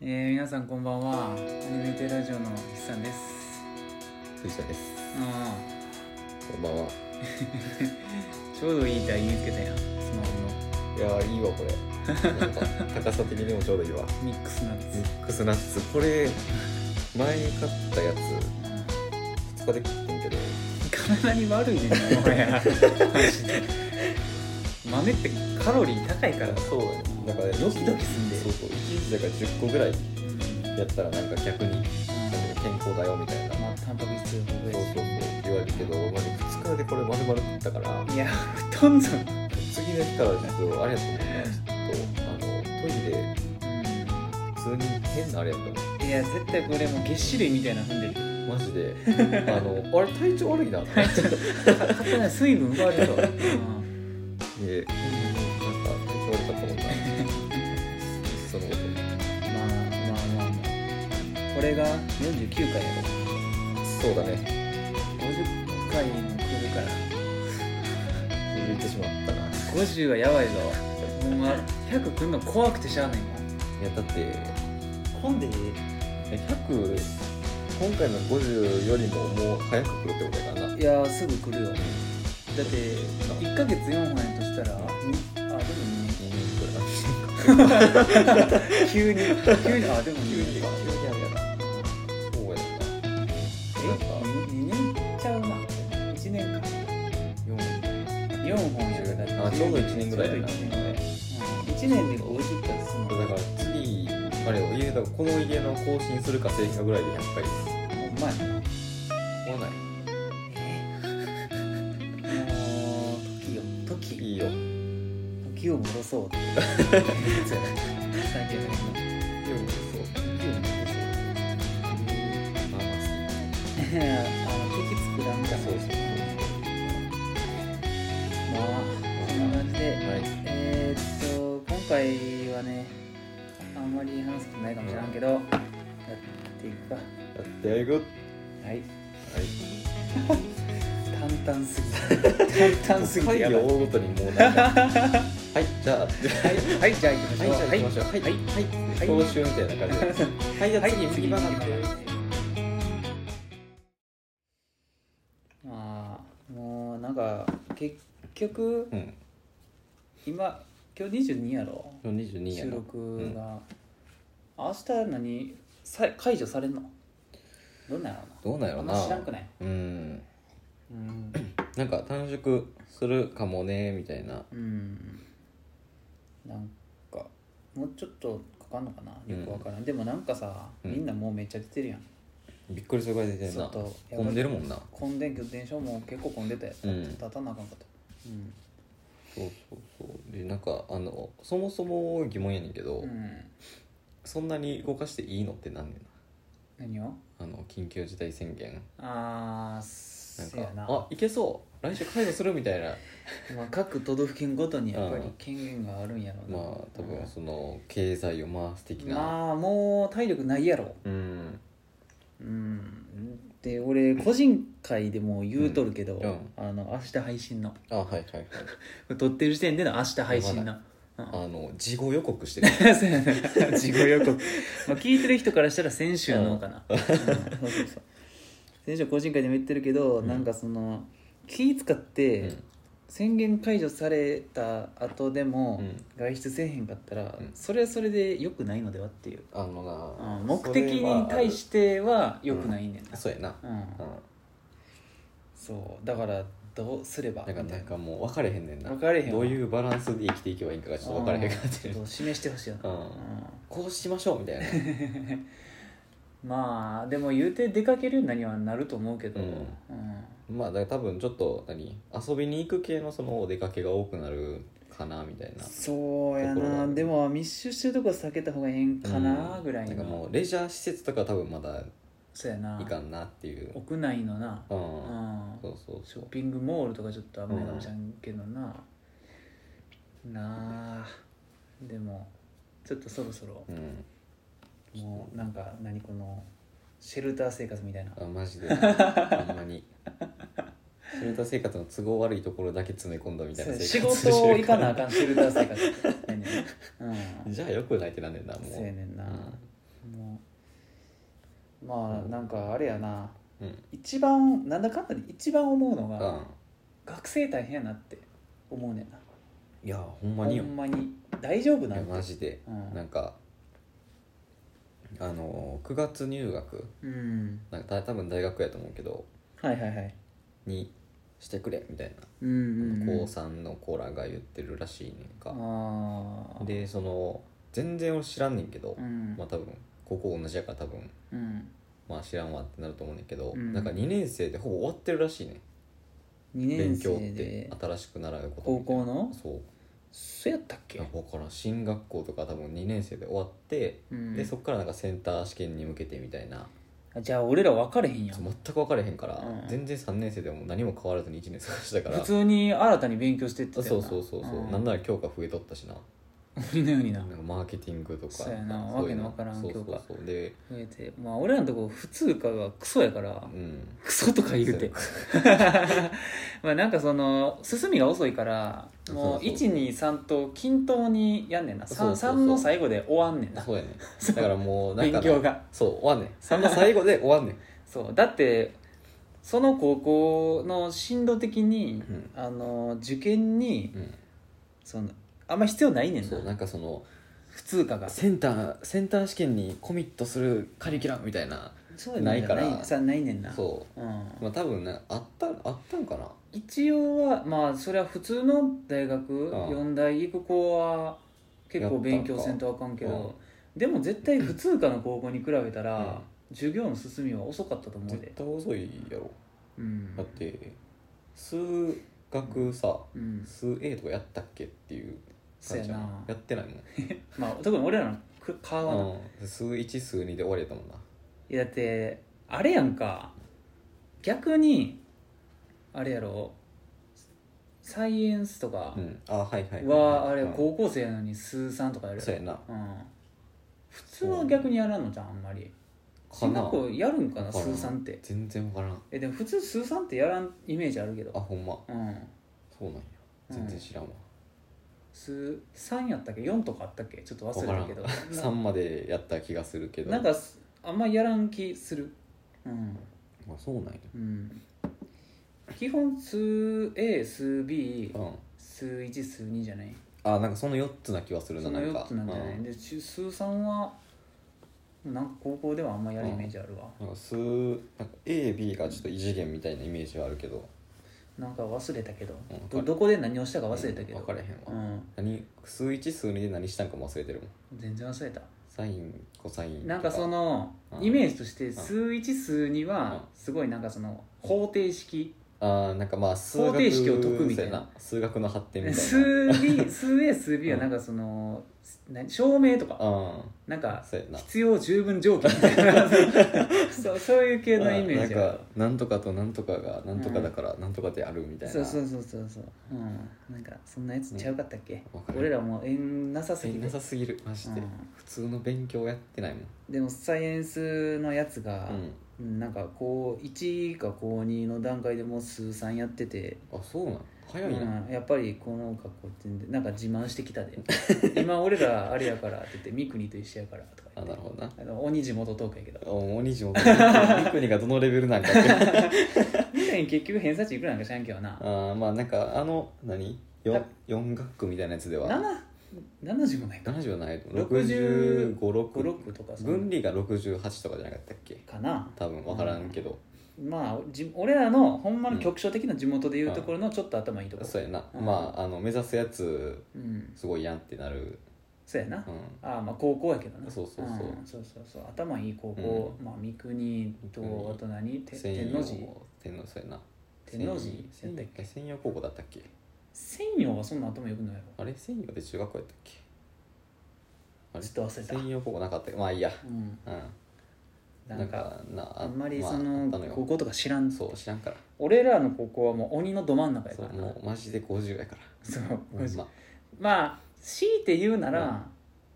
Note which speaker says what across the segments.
Speaker 1: えー、皆さんこんばんはアニメテラジオの筆さんです
Speaker 2: 藤田です
Speaker 1: あ
Speaker 2: こんばんは
Speaker 1: あちょうどいい台見つけたやんスマホの
Speaker 2: いやーいいわこれなんか高さ的にもちょうどいいわ
Speaker 1: ミックスナッツ、
Speaker 2: ミックスナッツこれ前に買ったや
Speaker 1: う
Speaker 2: つ2日で食ってんけど
Speaker 1: ん体に悪いねんな これマジで豆ってカロリー高いから
Speaker 2: そうやねなんかね
Speaker 1: ドキドキすんで
Speaker 2: そうそう1日だから10個ぐらい
Speaker 1: うん
Speaker 2: やったらなんか逆になんか健康だよみたいな
Speaker 1: まあタンパク質豊
Speaker 2: そう
Speaker 1: 富
Speaker 2: そう
Speaker 1: やし
Speaker 2: そう言われるけど、まあ、2日でこれ丸々食ったから
Speaker 1: いや布団ぞ
Speaker 2: 次の日からちょっとあれやったもんねちょっとあのトイレ普通に変なあれやったもん
Speaker 1: いや絶対これもうげっ歯類みたいなの踏んでる
Speaker 2: マジ であのあれ体調悪いなって
Speaker 1: 体調勝な水分奪われるわ、 うん
Speaker 2: でなんか体調悪かったもんなそのこと
Speaker 1: まあまあまあまあこれが49回やろ
Speaker 2: そうだね
Speaker 1: 50回も来るから
Speaker 2: 言ってしまったない
Speaker 1: 50はやばいぞもうまあ100来んの怖くてしゃあないも
Speaker 2: やだって
Speaker 1: ん混んで
Speaker 2: 100今回の50よりももう早く来るってことだからない
Speaker 1: やーすぐ来るよだって1ヶ月4本やとしたらあでもね
Speaker 2: いいねこれ
Speaker 1: 急に急にあでも2年か
Speaker 2: 急にあれやなそうやな
Speaker 1: え2年ちゃうな1年か4本やる
Speaker 2: あちょうど1年ぐらいやな
Speaker 1: 1年で50回すんの
Speaker 2: だから次あれよ家だからこの家の更新するか製品かぐらいで100回
Speaker 1: ほんまやな
Speaker 2: 思わない
Speaker 1: もう時よ時
Speaker 2: いいよ
Speaker 1: 時を戻そうって最近の
Speaker 2: でもそう
Speaker 1: 時を戻そう
Speaker 2: まあまあ好き
Speaker 1: あの敵作らんから
Speaker 2: そうそう
Speaker 1: まあそんな感じで
Speaker 2: はい
Speaker 1: えー、っと今回はねあんまり話すことないかもしれんけど、やっていくか
Speaker 2: やってやるよ
Speaker 1: はい
Speaker 2: はい
Speaker 1: 淡々すぎて淡々すぎてや
Speaker 2: 会
Speaker 1: ば
Speaker 2: を
Speaker 1: い
Speaker 2: 追うごとにもうなんかはいじゃあ
Speaker 1: はい、はい、じゃあ行きましょう
Speaker 2: はいじゃあ行きましょうはい
Speaker 1: はい
Speaker 2: はい
Speaker 1: はい
Speaker 2: 報酬みたいな感じではいじゃあ次次バナナ
Speaker 1: まあもうなんか結局
Speaker 2: うん
Speaker 1: 今今日22やろ
Speaker 2: 22や
Speaker 1: 収
Speaker 2: な
Speaker 1: 録が、明日何さ解除されんのどんなんやろ
Speaker 2: どうなんや
Speaker 1: うなあ
Speaker 2: ろ
Speaker 1: ん
Speaker 2: な
Speaker 1: ま知らんくない
Speaker 2: うん
Speaker 1: うん、
Speaker 2: なんか短縮するかもねみたいな
Speaker 1: うん、なんかもうちょっとかかんのかなよくわからん、でもなんかさみんなもうめっちゃ出てるやん、
Speaker 2: びっくりするぐらい出てるな
Speaker 1: 外やばい
Speaker 2: 混んでるもんな
Speaker 1: 混んでんけど電車も結構混んでたやつ、
Speaker 2: うん
Speaker 1: 立たなあかんかった、うん
Speaker 2: そうそうそうでなんかあのそもそも疑問やねんけど、
Speaker 1: うん、
Speaker 2: そんなに動かしていいのってなんねんな
Speaker 1: 何を
Speaker 2: あの緊急事態宣言
Speaker 1: ああ
Speaker 2: なん
Speaker 1: せ
Speaker 2: か
Speaker 1: やな
Speaker 2: あいけそう来週解除するみたいな
Speaker 1: まあ、各都道府県ごとにやっぱり
Speaker 2: うん
Speaker 1: 権限があるんやろうな
Speaker 2: まあ多分その経済を回す的な、
Speaker 1: まあもう体力ないやろ
Speaker 2: うん
Speaker 1: うんで俺個人会でも言うとるけど、
Speaker 2: うんうん
Speaker 1: あの明日配信の
Speaker 2: あはいはいはい
Speaker 1: 撮ってる時点での明日配信のうん
Speaker 2: あの事後予告して る
Speaker 1: そうやな事後予告 まあ聞いてる人からしたら先週のかな、うんそうそうそう先週個人会でも言ってるけど、
Speaker 2: うん
Speaker 1: なんかその気使って、
Speaker 2: うん
Speaker 1: 宣言解除された後でも、
Speaker 2: うん
Speaker 1: 外出せえへんかったら、
Speaker 2: うん
Speaker 1: それはそれで良くないのではっていう、
Speaker 2: あのな、
Speaker 1: うん目的に対しては良くないねんな、
Speaker 2: それはあ
Speaker 1: う
Speaker 2: る
Speaker 1: ん
Speaker 2: そうやな、
Speaker 1: そうだからどうすれば
Speaker 2: うん、なんかなんかもう分かれへんねんな
Speaker 1: 分かれへんわ
Speaker 2: どういうバランスで生きていけばいいんかがちょっと分かれへん感じ
Speaker 1: うんちょっと示してほしいよな、
Speaker 2: うんこうしましょうみたい な
Speaker 1: うんまあでも言うて出かけるようになにはなると思うけど、
Speaker 2: うん
Speaker 1: うん
Speaker 2: まあだから多分ちょっと何遊びに行く系のそのお出かけが多くなるかなみたいな
Speaker 1: そうや
Speaker 2: ところが
Speaker 1: な
Speaker 2: ある
Speaker 1: でも密集してるとこは避けた方がええんかな
Speaker 2: うん
Speaker 1: ぐらい
Speaker 2: なんか
Speaker 1: の、
Speaker 2: もうレジャー施設とかは多分まだ
Speaker 1: そうやない
Speaker 2: かんなっていう
Speaker 1: 屋内のな、
Speaker 2: う、
Speaker 1: うんん、
Speaker 2: そうそう
Speaker 1: シ
Speaker 2: そ
Speaker 1: ョ
Speaker 2: う
Speaker 1: ッピングモールとかちょっと危ないかもしれんけどな、なあでもちょっとそろそろ
Speaker 2: うん
Speaker 1: もうなんか何このシェルター生活みたいな
Speaker 2: あマジでほんまにシェルター生活の都合悪いところだけ詰め込んだみたいな
Speaker 1: 仕
Speaker 2: 生活
Speaker 1: 事を行かなあ
Speaker 2: か
Speaker 1: かんシェルター生活何うん
Speaker 2: じゃあよくないってなんねんなもう
Speaker 1: そうやねんな、
Speaker 2: うん
Speaker 1: もうまあ
Speaker 2: うん
Speaker 1: なんかあれやな
Speaker 2: うん
Speaker 1: 一番なんだかんだで一番思うのが、
Speaker 2: うん
Speaker 1: 学生大変やなって思うねんない
Speaker 2: やほんまに
Speaker 1: ほ
Speaker 2: よ
Speaker 1: んまに大丈夫
Speaker 2: い
Speaker 1: な
Speaker 2: や
Speaker 1: んて
Speaker 2: マジで
Speaker 1: うん
Speaker 2: なんかあの9月入学
Speaker 1: うん
Speaker 2: なんかた多分大学やと思うけど
Speaker 1: はいはいはい
Speaker 2: にしてくれみたいな
Speaker 1: うんうんうん
Speaker 2: 高3の子らが言ってるらしいねんか
Speaker 1: ああ
Speaker 2: でその全然俺知らんねんけど、
Speaker 1: うん
Speaker 2: まあ多分高校同じやから多分
Speaker 1: うん
Speaker 2: まあ知らんわってなると思うねんけど、
Speaker 1: うん
Speaker 2: なんか2年生でほぼ終わってるらしいね
Speaker 1: 2年
Speaker 2: 勉強っ
Speaker 1: 生
Speaker 2: て
Speaker 1: で
Speaker 2: 新しく習うことみたいな
Speaker 1: 高校の
Speaker 2: そう
Speaker 1: そうやったっけ
Speaker 2: なんか分からん進学校とか多分2年生で終わって、
Speaker 1: うん
Speaker 2: でそっからなんかセンター試験に向けてみたいな
Speaker 1: あじゃあ俺ら分かれへんやん
Speaker 2: そう全く分かれへんから、
Speaker 1: うん
Speaker 2: 全然3年生でも何も変わらずに1年過ごしたから
Speaker 1: 普通に新たに勉強してって
Speaker 2: あ
Speaker 1: たよ
Speaker 2: そう
Speaker 1: な
Speaker 2: そうそうそう、
Speaker 1: ん
Speaker 2: なんなら教科増えとったしな
Speaker 1: 鬼のようにな
Speaker 2: なんかマーケティングとか
Speaker 1: そうやな
Speaker 2: そういうの
Speaker 1: わけのわからん
Speaker 2: そうそう
Speaker 1: 教科
Speaker 2: そうで
Speaker 1: 増えてまあ俺らのとこ普通科がクソやから
Speaker 2: うん
Speaker 1: クソとか言うて まあなんかその進みが遅いからもう
Speaker 2: そうそう
Speaker 1: 123と均等にやんねんな
Speaker 2: そうそうそう
Speaker 1: 3, の最後で終わんねんな
Speaker 2: そうやねだからもうなんか
Speaker 1: 勉強が
Speaker 2: そう終わんねん3の最後で終わ んねん
Speaker 1: そうだってその高校の進路的に、
Speaker 2: うん
Speaker 1: あの受験に
Speaker 2: うん
Speaker 1: そのあんま必要ないねん
Speaker 2: そ
Speaker 1: な
Speaker 2: うなんかその
Speaker 1: 普通科が
Speaker 2: センターセンター試験にコミットするカリキュラムみたいな
Speaker 1: そううの
Speaker 2: ないから
Speaker 1: さないねんな
Speaker 2: そ
Speaker 1: うん
Speaker 2: うまあ多分ねあったあったんかな
Speaker 1: 一応はまあそれは普通の大学
Speaker 2: ああ
Speaker 1: 四大行く子は結構勉強せんとあかんけどでも絶対普通科の高校に比べたら、
Speaker 2: うん
Speaker 1: 授業の進みは遅かったと思う
Speaker 2: 絶
Speaker 1: で
Speaker 2: 対遅いやろ
Speaker 1: うん
Speaker 2: だって数学さ
Speaker 1: うん
Speaker 2: 数 A とかやったっけっていう
Speaker 1: そう
Speaker 2: 感
Speaker 1: や
Speaker 2: じやもん
Speaker 1: な
Speaker 2: やってないもん
Speaker 1: まあ特に俺らのく科はな、
Speaker 2: うん数1数2で終わりやったもんない
Speaker 1: やだってあれやんか逆にあれやろサイエンスとか
Speaker 2: うんあはいはいい
Speaker 1: はあれ
Speaker 2: うん
Speaker 1: 高校生なのに数3とかやる
Speaker 2: そうやな
Speaker 1: うん普通は逆にやらんのじゃんあんまり
Speaker 2: か
Speaker 1: 進
Speaker 2: な
Speaker 1: 学校やるんかな
Speaker 2: わからん
Speaker 1: 数三って
Speaker 2: 全然分からん
Speaker 1: えでも普通数三ってやらんイメージあるけ
Speaker 2: あ
Speaker 1: ど
Speaker 2: ほんま
Speaker 1: うん
Speaker 2: そうなんや全然知らんわ、
Speaker 1: 数三やったっけ四とかあったっけちょっと忘れたけど
Speaker 2: 3までやった気がするけど
Speaker 1: ななんかすあんまやらん気するうん
Speaker 2: あそうなんや
Speaker 1: うん基本数 A 数 B
Speaker 2: うん
Speaker 1: 数一数二じゃない
Speaker 2: あなんかその4つな気はするな
Speaker 1: そ
Speaker 2: な
Speaker 1: の
Speaker 2: ん
Speaker 1: 4
Speaker 2: か
Speaker 1: つなんじゃな
Speaker 2: う
Speaker 1: い
Speaker 2: ん
Speaker 1: でし数三はなんか高校ではあんまやるイメージあるわ
Speaker 2: なんか数なんか AB がちょっと異次元みたいなイメージはあるけど
Speaker 1: なんか忘れたけど
Speaker 2: うん
Speaker 1: どどこで何をしたか忘れたけど
Speaker 2: 分かれへんわ、
Speaker 1: うん
Speaker 2: 何数1数2で何したんかも忘れてるもん
Speaker 1: 全然忘れた
Speaker 2: サインコサインと
Speaker 1: なんかそのイメージとして数一数二はすごいなんかその方程式
Speaker 2: あーなんかまあ数学
Speaker 1: 方程式を解くみたいな
Speaker 2: そうや数学の発展みたいな
Speaker 1: 数 B 数 A 数 B はなんかその何証明とか
Speaker 2: う
Speaker 1: なん
Speaker 2: ん
Speaker 1: か
Speaker 2: そうやな
Speaker 1: 必要十分 条件みたいなそうそういう系のイメージ
Speaker 2: うんなん
Speaker 1: が
Speaker 2: かなんとかとなんとかがなんとかだからなんとかであるみたいな、
Speaker 1: そうそうそうそうそううんなんかそんなやつちゃうかったっけ
Speaker 2: わかる
Speaker 1: 俺らもう縁なさすぎ
Speaker 2: な
Speaker 1: て
Speaker 2: さすぎるマジで、
Speaker 1: うん
Speaker 2: 普通の勉強やってないもん
Speaker 1: でもサイエンスのやつが
Speaker 2: うん
Speaker 1: うんなんか高1か高2の段階でもう数3やってて
Speaker 2: あそうなん早いな、
Speaker 1: うん、やっぱりこの学校ってなんか自慢してきたで今俺らあれやからって言って三国と一緒やからとか
Speaker 2: あ
Speaker 1: 言っ
Speaker 2: な
Speaker 1: て
Speaker 2: るほどな
Speaker 1: あの鬼地元トークやけど
Speaker 2: お鬼城三国がどのレベルなんかってあ
Speaker 1: みたいに結局偏差値いくらなんか知らんけどな
Speaker 2: ーまあなんかあの何
Speaker 1: だ
Speaker 2: よ四学区みたいなやつでは
Speaker 1: 7 70もないか
Speaker 2: 70はない
Speaker 1: 65
Speaker 2: 6556
Speaker 1: 56とかそ
Speaker 2: 分
Speaker 1: ん
Speaker 2: 離が68とかじゃなかったっけ
Speaker 1: かな
Speaker 2: 多分分からんけど、
Speaker 1: まあじ俺らのほんまの局所的な地元でいうところのちょっと頭いいとこ
Speaker 2: そうやな、
Speaker 1: うん
Speaker 2: まああの目指すやつ
Speaker 1: うん
Speaker 2: すごいやんってなる
Speaker 1: そうやな
Speaker 2: うん
Speaker 1: ああまあ高校やけどな
Speaker 2: そうそうそうん
Speaker 1: そうそうそう頭いい高校まあ三国
Speaker 2: 三
Speaker 1: と
Speaker 2: 国
Speaker 1: あと何て
Speaker 2: 専
Speaker 1: 天
Speaker 2: 用
Speaker 1: 王寺
Speaker 2: 天皇そうやな
Speaker 1: 天王寺
Speaker 2: 専
Speaker 1: やったっ
Speaker 2: 用
Speaker 1: け
Speaker 2: 専用高校だったっけ
Speaker 1: 専用はそんな頭良くないやろ
Speaker 2: あれ専用で中学校やったっけあれ
Speaker 1: ちょっと忘れた
Speaker 2: 専用高校なかったっけまあいいや
Speaker 1: うん
Speaker 2: うん
Speaker 1: なんか
Speaker 2: な
Speaker 1: あんまりそ
Speaker 2: あ
Speaker 1: の
Speaker 2: ったよ
Speaker 1: 高校とか知らんぞ
Speaker 2: そう知らんから
Speaker 1: 俺らの高校はもう鬼のど真ん中や
Speaker 2: そ
Speaker 1: から
Speaker 2: う
Speaker 1: な
Speaker 2: もうマジで50やから
Speaker 1: そう
Speaker 2: ほんま
Speaker 1: まあ強いて言うなら、
Speaker 2: うん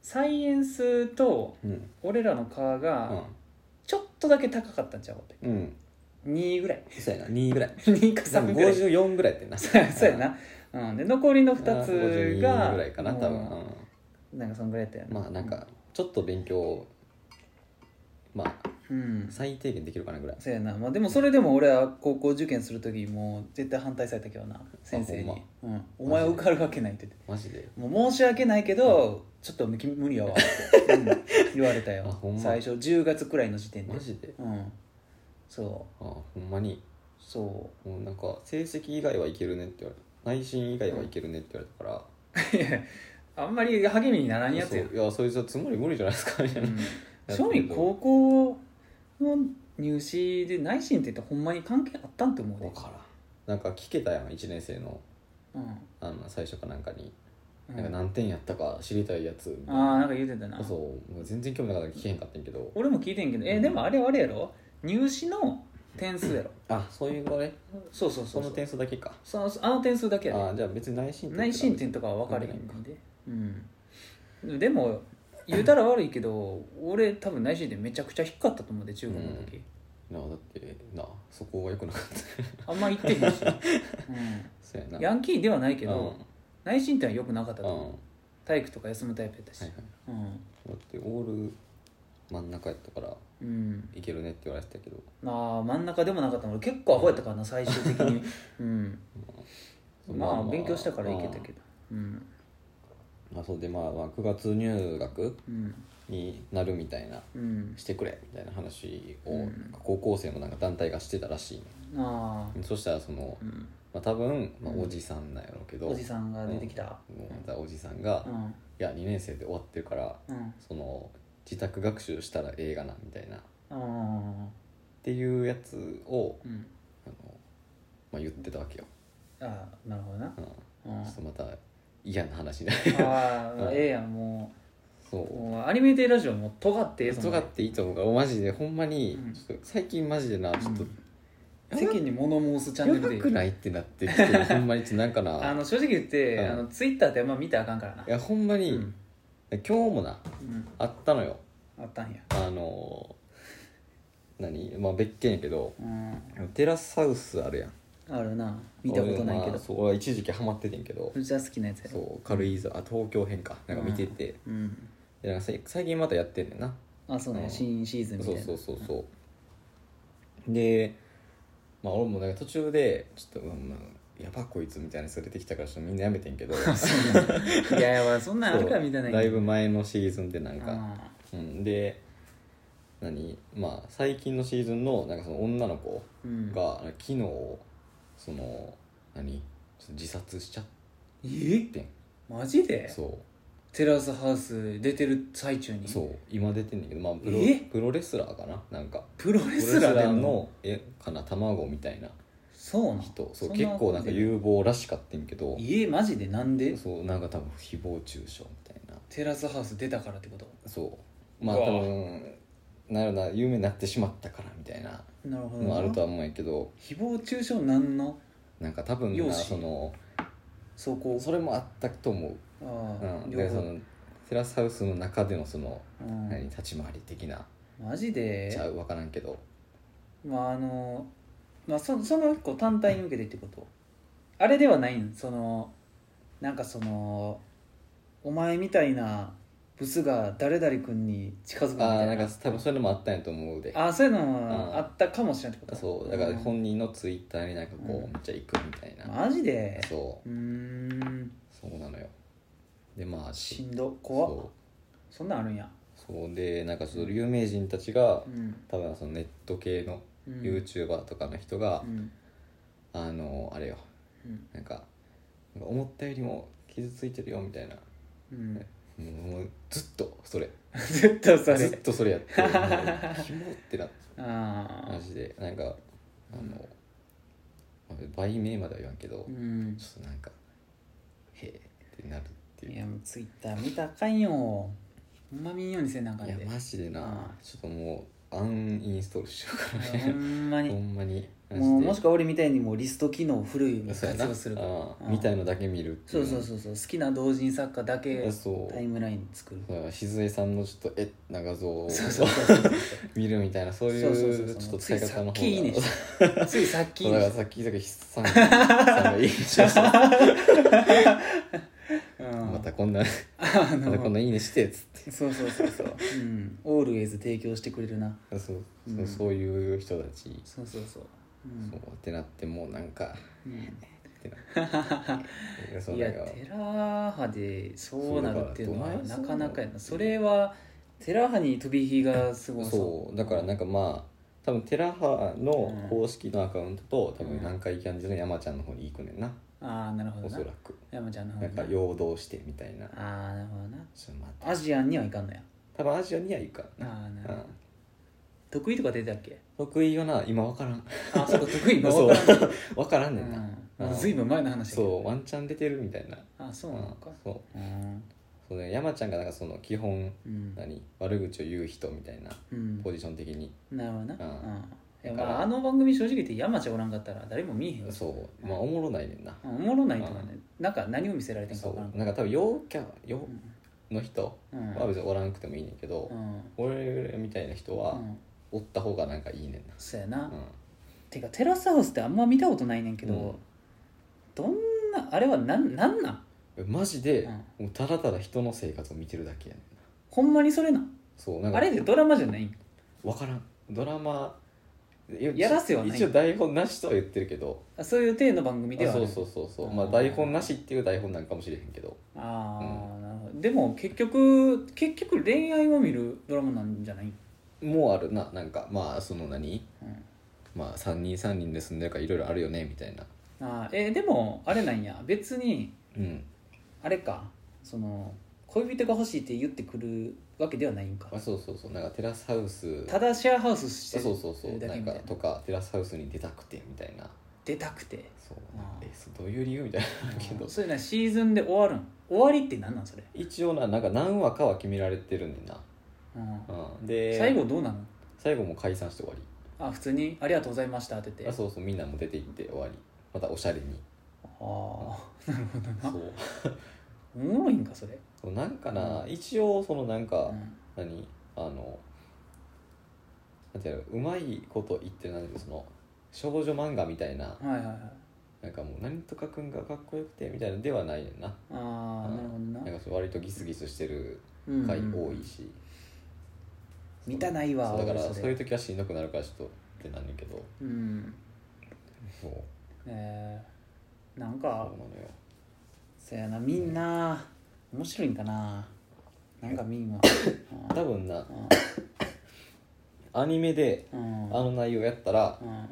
Speaker 1: サイエンスと
Speaker 2: うん
Speaker 1: 俺らの科
Speaker 2: う
Speaker 1: が
Speaker 2: ん
Speaker 1: ちょっとだけ高かったんちゃうかって
Speaker 2: うん
Speaker 1: 2ぐらい
Speaker 2: そうやな2ぐらい
Speaker 1: 2か
Speaker 2: 多
Speaker 1: 3
Speaker 2: 分
Speaker 1: ぐらいそう
Speaker 2: 54ぐらいやってんな
Speaker 1: そうやな、うん、で残りの2つが
Speaker 2: 52ぐらいかな多分
Speaker 1: も
Speaker 2: うん
Speaker 1: うなんかそんぐらいやったよね
Speaker 2: まあなんかちょっと勉強まあ
Speaker 1: うん
Speaker 2: 最低限できるかなぐらい
Speaker 1: そうやな、まあ、でもそれでも俺は高校受験する時もう絶対反対されたけどな先生に「
Speaker 2: あ
Speaker 1: うん、お前は受かるわけない」って言って
Speaker 2: マジで
Speaker 1: 「もう申し訳ないけど、ちょっと無無 理やわ」って、うん言われたよ、
Speaker 2: あほんま
Speaker 1: 最初10月くらいの時点で
Speaker 2: マジで
Speaker 1: うんそ
Speaker 2: あほんまに
Speaker 1: うそ
Speaker 2: もうなんか成績以外はいけるねって言われ内心以外はいけるねって言われたから、
Speaker 1: ういやあんまり励みにならんやつ
Speaker 2: そう
Speaker 1: や、
Speaker 2: いやそいつはつもり無理じゃないですかみた
Speaker 1: う
Speaker 2: いな、
Speaker 1: ん、正味高校の入試で内心って言ったらほんまに関係あったんって思うで
Speaker 2: 分からんなんか聞けたやん1年生の
Speaker 1: うん
Speaker 2: あの最初かなんかに、
Speaker 1: うん
Speaker 2: なんか何点やったか知りたいやつみたい
Speaker 1: ああ
Speaker 2: な
Speaker 1: なんか言うてたな
Speaker 2: そうもう全然興味なかったから聞けへんかったんやけど
Speaker 1: 俺も聞いてんけどえでもあれはあれやろ入試の点数やろ
Speaker 2: あそういうのね
Speaker 1: そうそうそ
Speaker 2: そう
Speaker 1: そ
Speaker 2: の
Speaker 1: う
Speaker 2: 点数だけか
Speaker 1: そのあの点数だけやで
Speaker 2: あじゃあ別に内申点
Speaker 1: 内申点とかは分かれへんねんでうんでも言うたら悪いけど俺多分内申点めちゃくちゃ低かったと思うで中学の時、
Speaker 2: なあだってなあそこは良くなかった
Speaker 1: あんま言ってへんし、
Speaker 2: そうや
Speaker 1: う、
Speaker 2: なん
Speaker 1: ヤンキーではないけ
Speaker 2: うん
Speaker 1: ど、内申点は良くなかった
Speaker 2: う
Speaker 1: と
Speaker 2: ん
Speaker 1: 思う
Speaker 2: は
Speaker 1: 体育とか休むタイプやったし、
Speaker 2: いはい
Speaker 1: うん
Speaker 2: だってオール真ん中やったから
Speaker 1: うん、
Speaker 2: いけるねって言われてたけど
Speaker 1: まあ真ん中でもなかったの俺結構アホやったからな最終的にうんまあ勉強したからいけたけどうん
Speaker 2: どあそうでまあまあ9月入学
Speaker 1: うん
Speaker 2: になるみたいな
Speaker 1: うん
Speaker 2: してくれみたいな話を、
Speaker 1: うん
Speaker 2: なんか高校生のなんか団体がしてたらしい、
Speaker 1: ああ
Speaker 2: ね、そしたらその、
Speaker 1: うん
Speaker 2: まあ、多分、まあ、
Speaker 1: うん
Speaker 2: おじさんなんやろうけど、
Speaker 1: おじさんが出てきた
Speaker 2: もうまたおじさんが「
Speaker 1: う
Speaker 2: い
Speaker 1: ん
Speaker 2: や2年生で終わってるから
Speaker 1: うん
Speaker 2: その自宅学習したら映画な」みたいなっ
Speaker 1: うん
Speaker 2: ていうやつを
Speaker 1: うん
Speaker 2: あの、まあ、言ってたわけよ、
Speaker 1: ああなるほどな
Speaker 2: うん、ち
Speaker 1: うん
Speaker 2: ょっとまた嫌な話ね
Speaker 1: あ
Speaker 2: う
Speaker 1: あ
Speaker 2: ん
Speaker 1: ええやんも
Speaker 2: そうう
Speaker 1: もうアニメーテラジオもう尖ってええ
Speaker 2: 人がっていいと思うからマジでほんまに、
Speaker 1: うん
Speaker 2: ちょっと最近マジでなちょっと、
Speaker 1: うん世間に物申すチャンネ
Speaker 2: や
Speaker 1: ル
Speaker 2: ば
Speaker 1: でいい
Speaker 2: くないってなってきてほんまにちょっとなんか な
Speaker 1: あの正直言って、
Speaker 2: うん
Speaker 1: あのツイッターってあんま見たらあかんからない
Speaker 2: やほんまに、
Speaker 1: うん
Speaker 2: 今日もな
Speaker 1: うん
Speaker 2: あったのよ
Speaker 1: あったんや
Speaker 2: あのー何まあ別件やけど
Speaker 1: うん
Speaker 2: テラスハウスあるやん
Speaker 1: あるな見たことないけ
Speaker 2: 俺,、ま
Speaker 1: ど
Speaker 2: あ、そう俺は一時期ハマっててんけど
Speaker 1: うちは好きなやつや
Speaker 2: そ
Speaker 1: ろ
Speaker 2: う軽井沢あ東京編かなんか見てて、
Speaker 1: うん
Speaker 2: でなんかさ最近またやってんねんな
Speaker 1: あそう
Speaker 2: う
Speaker 1: ね
Speaker 2: ん
Speaker 1: 新シーズンみた
Speaker 2: そ
Speaker 1: いうな
Speaker 2: そうそうそうでまあ俺もなんか途中でちょっと、うんまあ、やばこいつみたいなやつが出てきたからちょっとみんなやめてんけ ど
Speaker 1: いやいやそん なんあるかみたいな
Speaker 2: そうだいぶ前のシーズンでなんか、
Speaker 1: あ
Speaker 2: うん、で何まあ最近のシーズンのなんかその女の子
Speaker 1: ーうん
Speaker 2: が昨日その何自殺しちゃっ
Speaker 1: え
Speaker 2: てん
Speaker 1: マジで
Speaker 2: そ
Speaker 1: テラスハウス出てる最中に
Speaker 2: うそう今出てんだけどまあプロ
Speaker 1: え
Speaker 2: プロレスラーかななんか
Speaker 1: プロ
Speaker 2: プ
Speaker 1: レスラーでんの
Speaker 2: のえかな卵みたいな
Speaker 1: そうなん
Speaker 2: 人そう
Speaker 1: そんな
Speaker 2: 結構なんか有望らしかってんけど
Speaker 1: えマジでなんで
Speaker 2: そうなんか多分誹謗中傷みたいな
Speaker 1: テラスハウス出たからってこと
Speaker 2: そうまあ
Speaker 1: うわ
Speaker 2: 多分なんやろな有名になってしまったからみたいな
Speaker 1: なるほど
Speaker 2: の
Speaker 1: な
Speaker 2: あるとは思うんやけど
Speaker 1: 誹謗中傷なんの
Speaker 2: なんか多分な
Speaker 1: 容姿
Speaker 2: その
Speaker 1: そこ
Speaker 2: それもあったと思う、
Speaker 1: あ
Speaker 2: う
Speaker 1: あ
Speaker 2: ん、
Speaker 1: 両
Speaker 2: で
Speaker 1: 方
Speaker 2: そのテラスハウスの中でのその、
Speaker 1: うん
Speaker 2: 何立ち回り的な
Speaker 1: マジ
Speaker 2: ちゃ
Speaker 1: で
Speaker 2: う分からんけど
Speaker 1: まああのまあそその一個単体に受けてってことあれではないんそのなんかそのお前みたいなブスが誰々君に近づくみ
Speaker 2: あ
Speaker 1: た
Speaker 2: ー
Speaker 1: い
Speaker 2: な
Speaker 1: なん
Speaker 2: か多分そういうのもあったんやと思うで
Speaker 1: あそういうのもあったかもしれないってこと
Speaker 2: そうだから
Speaker 1: ん
Speaker 2: 本人のツイッターになんかこう、
Speaker 1: うん
Speaker 2: めっちゃ行くみたいな
Speaker 1: マジで
Speaker 2: そう
Speaker 1: ーん
Speaker 2: うそうなのよでまあ
Speaker 1: しんど怖っ
Speaker 2: そ
Speaker 1: そんなんあるんや
Speaker 2: うそうでなんかちょっと有名人たちが
Speaker 1: うん
Speaker 2: 多分そのネット系の
Speaker 1: うん
Speaker 2: YouTuber とかの人が
Speaker 1: う、ん
Speaker 2: あのあれよ
Speaker 1: うん
Speaker 2: なんかなんか思ったよりも傷ついてるよみたいな
Speaker 1: うん
Speaker 2: もうずっとそれ
Speaker 1: 絶対そ
Speaker 2: ずっ
Speaker 1: れ
Speaker 2: とそれやってもうキモって なって
Speaker 1: あ
Speaker 2: マ
Speaker 1: あ
Speaker 2: ジでなんかあの、売名までは言わんけど、
Speaker 1: う
Speaker 2: ち
Speaker 1: ん
Speaker 2: ょっとなんかへえってなるっていう
Speaker 1: い
Speaker 2: いや
Speaker 1: やもうツイッター見たらあかんよほんま見んようにせなあかんで
Speaker 2: マジでな、
Speaker 1: うん
Speaker 2: ちょっともうアンインストールしようから
Speaker 1: ほ
Speaker 2: ね、
Speaker 1: んま
Speaker 2: ほ
Speaker 1: に
Speaker 2: んまにマジで
Speaker 1: もうもしくは俺みたいにもうリスト機能をフルに
Speaker 2: そうや
Speaker 1: 活
Speaker 2: な
Speaker 1: 用するから
Speaker 2: うんみたいのだけ見るって
Speaker 1: そ
Speaker 2: いうの
Speaker 1: そうそうそう好きな同人作家だけ
Speaker 2: そう
Speaker 1: タイムライン作る
Speaker 2: だから静江さんのちょっとえな画像を
Speaker 1: そうそうそうそう
Speaker 2: 見るみたいなそうい
Speaker 1: そうそうそう
Speaker 2: う
Speaker 1: そう
Speaker 2: ちょっと使い方
Speaker 1: ついさっ
Speaker 2: の
Speaker 1: きいいねしついさっき
Speaker 2: そうだからさっきさっき筆算さんがいいねしました
Speaker 1: うんうん
Speaker 2: またこんな
Speaker 1: あ
Speaker 2: ま
Speaker 1: の
Speaker 2: たこんないいねしてっつって
Speaker 1: そうそうそうそう、うん、オールウェイズ提供してくれるな
Speaker 2: そう
Speaker 1: う
Speaker 2: そ
Speaker 1: ん
Speaker 2: うそういう人たち
Speaker 1: そうそうそう,、うん
Speaker 2: そうってなってもうなんか
Speaker 1: うん
Speaker 2: ってなそう
Speaker 1: い
Speaker 2: な
Speaker 1: や
Speaker 2: んか
Speaker 1: テラ派でそうなるっていうのは
Speaker 2: そう
Speaker 1: な
Speaker 2: だから
Speaker 1: かなかやなそれはテラ派に飛び火がすごい
Speaker 2: そうだからなんかまあ多分テラハの公式のアカウントと、多分南海キャンディーズの山ちゃんの方に行くねんな、
Speaker 1: ああなるほ
Speaker 2: お
Speaker 1: ど
Speaker 2: そ
Speaker 1: な
Speaker 2: らく
Speaker 1: 山ちゃんの方
Speaker 2: なんか陽動してみたいな
Speaker 1: ああなるほどな
Speaker 2: ちょっと待って
Speaker 1: アジアンにはいかんのや
Speaker 2: 多分アジアには行くか
Speaker 1: あ
Speaker 2: らな
Speaker 1: あなる
Speaker 2: う
Speaker 1: ほど
Speaker 2: ん
Speaker 1: 得意とか出てたっけ
Speaker 2: 得意よな今わからん
Speaker 1: あそうか得意も
Speaker 2: そう
Speaker 1: 分からん
Speaker 2: わからんねんな、
Speaker 1: うんもう随分前の話だけ
Speaker 2: そ
Speaker 1: ど
Speaker 2: うワンチャン出てるみたいな
Speaker 1: あそうなのか
Speaker 2: うんそう
Speaker 1: うん
Speaker 2: そうね山ちゃんがなんかその基本
Speaker 1: うん
Speaker 2: 何悪口を言う人みたいな
Speaker 1: うん
Speaker 2: ポジション的に、
Speaker 1: なるほどな
Speaker 2: うん
Speaker 1: うんいや
Speaker 2: だか
Speaker 1: ま
Speaker 2: ら
Speaker 1: ああの番組正直言って山ちゃんおらんかったら誰も見えへんよ
Speaker 2: そうまあおもろないねんな、
Speaker 1: うんおもろないとかねなんか何を見せられてんか
Speaker 2: そ
Speaker 1: 分からん
Speaker 2: うなんか多分陽キャ陽
Speaker 1: うん
Speaker 2: の人
Speaker 1: うん
Speaker 2: は別におらんくてもいいねんけど、
Speaker 1: うん
Speaker 2: 俺みたいな人
Speaker 1: う
Speaker 2: は
Speaker 1: ん
Speaker 2: おった方がなんかいいねんな、
Speaker 1: そうやな
Speaker 2: うん
Speaker 1: てかテラスハウスってあんま見たことないねんけど、
Speaker 2: うん
Speaker 1: どんなあれはなんなんなん
Speaker 2: マジで、
Speaker 1: うん
Speaker 2: もうただただ人の生活を見てるだけやねんな
Speaker 1: ほんまにそれなん
Speaker 2: そうなんか
Speaker 1: あれでドラマじゃないん
Speaker 2: わからんドラマ
Speaker 1: やらせはない
Speaker 2: 一応台本なしとは言ってるけど
Speaker 1: あそういう体の番組で
Speaker 2: あ
Speaker 1: はあ
Speaker 2: そ
Speaker 1: る
Speaker 2: うそうそうそう
Speaker 1: あー
Speaker 2: まあ台本なしっていう台本なんかもしれへんけど
Speaker 1: ああ、なるほどでも結局結局恋愛を見るドラマなんじゃないん、
Speaker 2: もうあるななんかまあその何
Speaker 1: うん
Speaker 2: まあ3人3人で住んでるからいろいろあるよねみたいな
Speaker 1: あーえーでもあれなんや別に
Speaker 2: うん
Speaker 1: あれかその恋人が欲しいって言ってくるわけではないんか
Speaker 2: あそうそうそうなんかテラスハウス
Speaker 1: ただシェアハウスして
Speaker 2: あ
Speaker 1: る
Speaker 2: そうそうそう
Speaker 1: だ
Speaker 2: な
Speaker 1: け
Speaker 2: ん
Speaker 1: み
Speaker 2: か
Speaker 1: たいな
Speaker 2: とかテラスハウスに出たくてみたいな
Speaker 1: 出たくて
Speaker 2: そう
Speaker 1: あー
Speaker 2: えそうどういう理由みたいなのあ るけど
Speaker 1: そういうのはシーズンで終わるん終わりって何なんそれ、
Speaker 2: 一応ななんか何話かは決められてるねんな、
Speaker 1: うん
Speaker 2: うん、で
Speaker 1: 最後どうなの
Speaker 2: 最後も解散して終わり
Speaker 1: あ普通に「ありがとうございました」って言
Speaker 2: あ
Speaker 1: って
Speaker 2: そうそうみんなも出て行って終わりまたおしゃれに
Speaker 1: ああなるほど
Speaker 2: そ
Speaker 1: な
Speaker 2: う
Speaker 1: おもろいんかそれ、
Speaker 2: そうなんかな、一応そのなん
Speaker 1: う
Speaker 2: か、
Speaker 1: ん、
Speaker 2: 何あのなんていうのうまいこと言ってるなんていうのその少女漫画みたいな
Speaker 1: はいはいはい
Speaker 2: なんかもう何とかくんがかっこよくてみたいなのではないねんな
Speaker 1: ああ
Speaker 2: うん
Speaker 1: なるほどな
Speaker 2: なんかそう割とギスギスしてる
Speaker 1: うん
Speaker 2: 回多いし、
Speaker 1: 見たないわ
Speaker 2: そうだから
Speaker 1: 俺それ
Speaker 2: そういう時はしんどくなるからちょっとってなんねんけど
Speaker 1: うん
Speaker 2: そう
Speaker 1: えー、なん
Speaker 2: そう
Speaker 1: か
Speaker 2: なのよ
Speaker 1: そやなみんな面白いんかななんかみんな
Speaker 2: 多分な
Speaker 1: うん
Speaker 2: アニメで
Speaker 1: うん
Speaker 2: あの内容やったら
Speaker 1: うん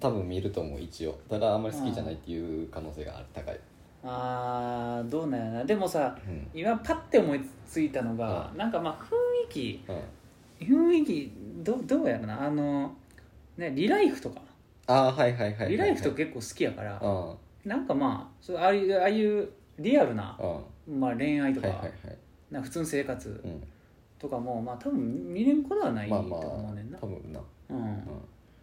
Speaker 2: 多分見ると思う一応ただあんまり好きじゃないっていう可能性がある高い、
Speaker 1: あーどうなんやなでもさ
Speaker 2: うん
Speaker 1: 今パッて思いついたのが、
Speaker 2: う
Speaker 1: なんかまあ雰囲気
Speaker 2: うん、
Speaker 1: 雰囲気どどうやろなあのねリライフとか
Speaker 2: ああーはいはいはいはい、はい、
Speaker 1: リライフとか結構好きやから
Speaker 2: うん
Speaker 1: なんかまあそうああいうああいうリアルな、
Speaker 2: うん
Speaker 1: まあ、恋愛とか,、
Speaker 2: はいはいはい
Speaker 1: なんか普通の生活
Speaker 2: うん
Speaker 1: とかも、まあ、多分見れんことはないと
Speaker 2: まあまあ
Speaker 1: 思うねんな、
Speaker 2: 多分な、
Speaker 1: うん、
Speaker 2: う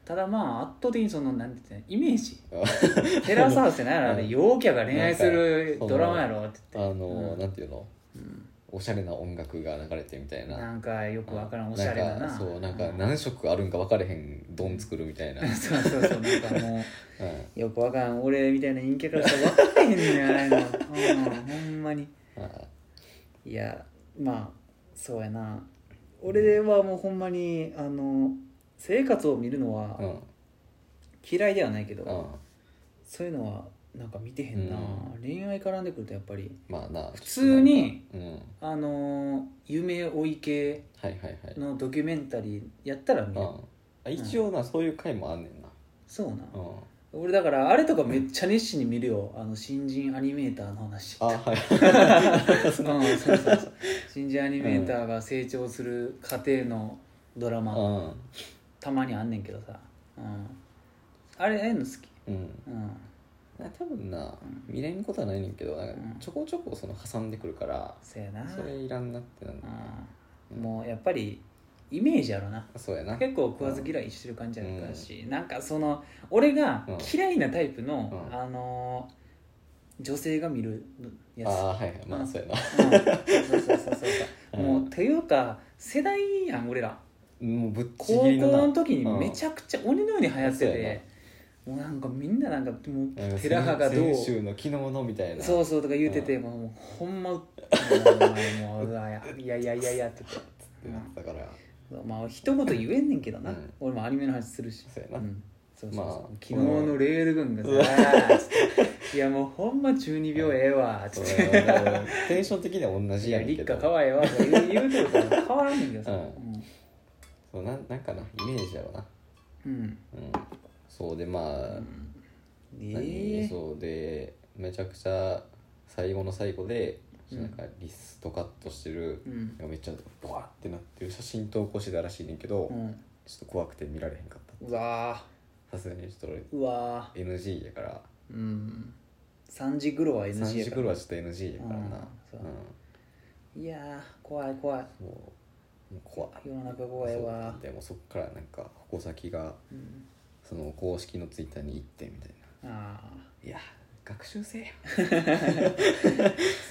Speaker 1: ただまあ圧倒的にそのなんて言ってんのイメージ
Speaker 2: あ
Speaker 1: テラスハウスって何やろあれ
Speaker 2: うん
Speaker 1: 陽キャが恋愛する
Speaker 2: なんか
Speaker 1: ドラマやろって
Speaker 2: ん、
Speaker 1: 言
Speaker 2: あ
Speaker 1: っ
Speaker 2: の
Speaker 1: うん
Speaker 2: なんていうの
Speaker 1: て、うん
Speaker 2: おしゃれな音楽が流れてみたいな
Speaker 1: なんかよくわからんおしゃれだ
Speaker 2: な
Speaker 1: なん
Speaker 2: かそうなんか
Speaker 1: うん
Speaker 2: 何色あるんか分かれへん丼作るみた いな、うん
Speaker 1: そうそうそうなんかもうよくわからん俺みたいな陰キャからしたら分かれへんねんあれの、うん、ほんまに
Speaker 2: あ
Speaker 1: いやまあそうやな俺はもうほんまにあの生活を見るのは
Speaker 2: うんうん
Speaker 1: 嫌いではないけど、
Speaker 2: うん
Speaker 1: そういうのはなんか見てへんな、
Speaker 2: うん
Speaker 1: 恋愛絡んでくるとやっぱり
Speaker 2: まあな
Speaker 1: 普通に
Speaker 2: 普通なんか
Speaker 1: あの夢追い系
Speaker 2: うんはいはいはい、
Speaker 1: のドキュメンタリーやったら見
Speaker 2: う
Speaker 1: る、
Speaker 2: んあ一応な、そういう回もあんねんな、
Speaker 1: そうな、
Speaker 2: うん、
Speaker 1: 俺だからあれとかめっちゃ熱心に見るよあの新人アニメーターの話
Speaker 2: あはい
Speaker 1: うんそうそうそう新人アニメーターが成長する過程のドラマ、
Speaker 2: うん
Speaker 1: たまにあんねんけどさ、うん、あれああいうの好き
Speaker 2: うん
Speaker 1: うん
Speaker 2: な多分な見れんことはないねんけどなんか
Speaker 1: うん
Speaker 2: ちょこちょこその挟んでくるから、
Speaker 1: そやな
Speaker 2: それいらんなってなんだよな
Speaker 1: うん、もうやっぱりイメージやろな
Speaker 2: そうやな
Speaker 1: 結構食わず嫌いしてる感じやったし、なんかその俺が
Speaker 2: うん
Speaker 1: 嫌いなタイプの、
Speaker 2: うん
Speaker 1: あのー女性が見るや
Speaker 2: あ
Speaker 1: つ
Speaker 2: あはいはいま
Speaker 1: う
Speaker 2: あ
Speaker 1: ん
Speaker 2: そうやな
Speaker 1: うんそうそうそうそう
Speaker 2: うん
Speaker 1: もうていうか世代やん俺ら
Speaker 2: もうぶっち
Speaker 1: 高
Speaker 2: ぎ
Speaker 1: 校
Speaker 2: りのな
Speaker 1: の時にめちゃくちゃ鬼のように流行って
Speaker 2: うんそうや
Speaker 1: て、もうなんかみんななんかもう
Speaker 2: なんか
Speaker 1: 寺派がどう
Speaker 2: 先週の昨日のみたいな
Speaker 1: そうそうとか言うてて、
Speaker 2: う
Speaker 1: もうほんまうもうお前もううわいやいやいやいやって言って
Speaker 2: ってなったから
Speaker 1: まあ一言言えんねんけどな、
Speaker 2: うん
Speaker 1: 俺もアニメの話するし
Speaker 2: そうやなん
Speaker 1: そうそうそう
Speaker 2: まあ
Speaker 1: 昨日のレール軍がさつって「いやもうほんま12秒ええわ」つ
Speaker 2: そ
Speaker 1: っ
Speaker 2: う
Speaker 1: て
Speaker 2: テンション的には同
Speaker 1: 「い
Speaker 2: じや
Speaker 1: や
Speaker 2: ねん
Speaker 1: 立
Speaker 2: けど
Speaker 1: 花かわいいわ」とか言う言うてるから変わらんねんけどさ
Speaker 2: う
Speaker 1: うん
Speaker 2: そうなんなんかなイメージやろな
Speaker 1: うん
Speaker 2: うんそうでまあ、
Speaker 1: ええ
Speaker 2: そうでめちゃくちゃ最後の最後で、
Speaker 1: うん
Speaker 2: なんかリストカットしてる
Speaker 1: う、ん
Speaker 2: めっちゃボワってなってる写真投稿してたらしいねんけど、
Speaker 1: う
Speaker 2: ちょ
Speaker 1: ん
Speaker 2: っと怖くて見られへんかっ
Speaker 1: うわ
Speaker 2: たさすがにちょっと俺
Speaker 1: ーうわ
Speaker 2: NG やから
Speaker 1: ーうん3時ぐろは NG
Speaker 2: 3
Speaker 1: や
Speaker 2: 時
Speaker 1: か
Speaker 2: 頃
Speaker 1: ら
Speaker 2: はちょっと NG やからな、
Speaker 1: う
Speaker 2: うんん
Speaker 1: そういやー怖い怖い
Speaker 2: もうもう怖い
Speaker 1: 世の中怖いわ
Speaker 2: そうでもそっからなんか矛先が
Speaker 1: うん
Speaker 2: その公式のツイッターに行ってみたいな
Speaker 1: ああ
Speaker 2: いや学習生や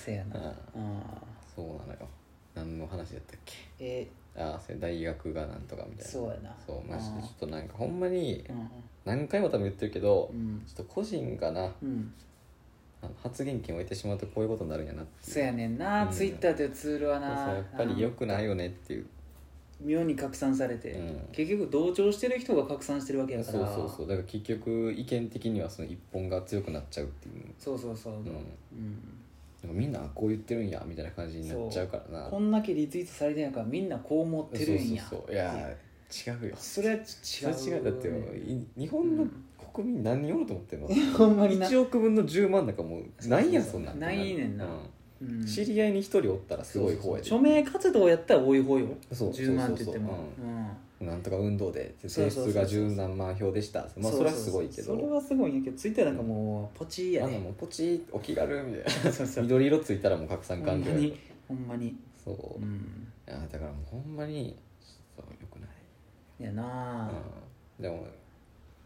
Speaker 1: せやな
Speaker 2: あ
Speaker 1: ああ
Speaker 2: そうなのよ何の話やったっけ
Speaker 1: え
Speaker 2: ああそれ大学がなんとかみたいな
Speaker 1: そうやな
Speaker 2: そうマジで
Speaker 1: あー
Speaker 2: ちょっとなんかほんまに
Speaker 1: うん
Speaker 2: 何回も多分言ってるけど、
Speaker 1: う
Speaker 2: ち
Speaker 1: ん
Speaker 2: ょっと個人がな
Speaker 1: うん
Speaker 2: あの発言権を置いてしまうとこういうことになるんやなっていう
Speaker 1: そうやねんな、
Speaker 2: うん
Speaker 1: ツイッターというツールは
Speaker 2: そう
Speaker 1: な
Speaker 2: そうやっぱり良くないよねってい
Speaker 1: う
Speaker 2: う
Speaker 1: ん妙に拡散されて、
Speaker 2: うん
Speaker 1: 結局同調してる人が拡散してるわけだか
Speaker 2: そ
Speaker 1: ら
Speaker 2: うそうそうだから結局意見的にはその一本が強くなっちゃうっていう、
Speaker 1: そうそうそう
Speaker 2: うん、
Speaker 1: うん
Speaker 2: なんかみんなあこう言ってるんやみたいな感じになっちゃうからな
Speaker 1: こんだけリツイートされてんやからみんなこう思ってるんや
Speaker 2: そうそうそういやー違うよ
Speaker 1: それは
Speaker 2: それ
Speaker 1: 違
Speaker 2: 違
Speaker 1: う
Speaker 2: うだってもうい日本の国民何人おると思ってんの、
Speaker 1: ほんまにな、
Speaker 2: 1億分の10万なんかもうないやんそんなん
Speaker 1: ないねんなうん
Speaker 2: うん知り合いに1人おったらすごい
Speaker 1: そう
Speaker 2: 方
Speaker 1: そ
Speaker 2: や
Speaker 1: う
Speaker 2: で
Speaker 1: 署名活動やったら多い方よ
Speaker 2: そう
Speaker 1: 10万って言っても
Speaker 2: そうそうそ
Speaker 1: うん
Speaker 2: なんとか運動で
Speaker 1: そう
Speaker 2: 提
Speaker 1: そうそう
Speaker 2: 出が10何万票でしたまあそれはすごいけど
Speaker 1: そうそうそうそれはすごいんやけどツイッターなんかもうポチや
Speaker 2: あんな
Speaker 1: ね
Speaker 2: もうポチッお気軽みたいな
Speaker 1: そう そう
Speaker 2: 緑色ついたらもう拡散
Speaker 1: ほん
Speaker 2: 完
Speaker 1: ま
Speaker 2: 了や
Speaker 1: にほんまに
Speaker 2: そううんあだからもうほんまにそうよくない、
Speaker 1: いやなあ
Speaker 2: うん、でも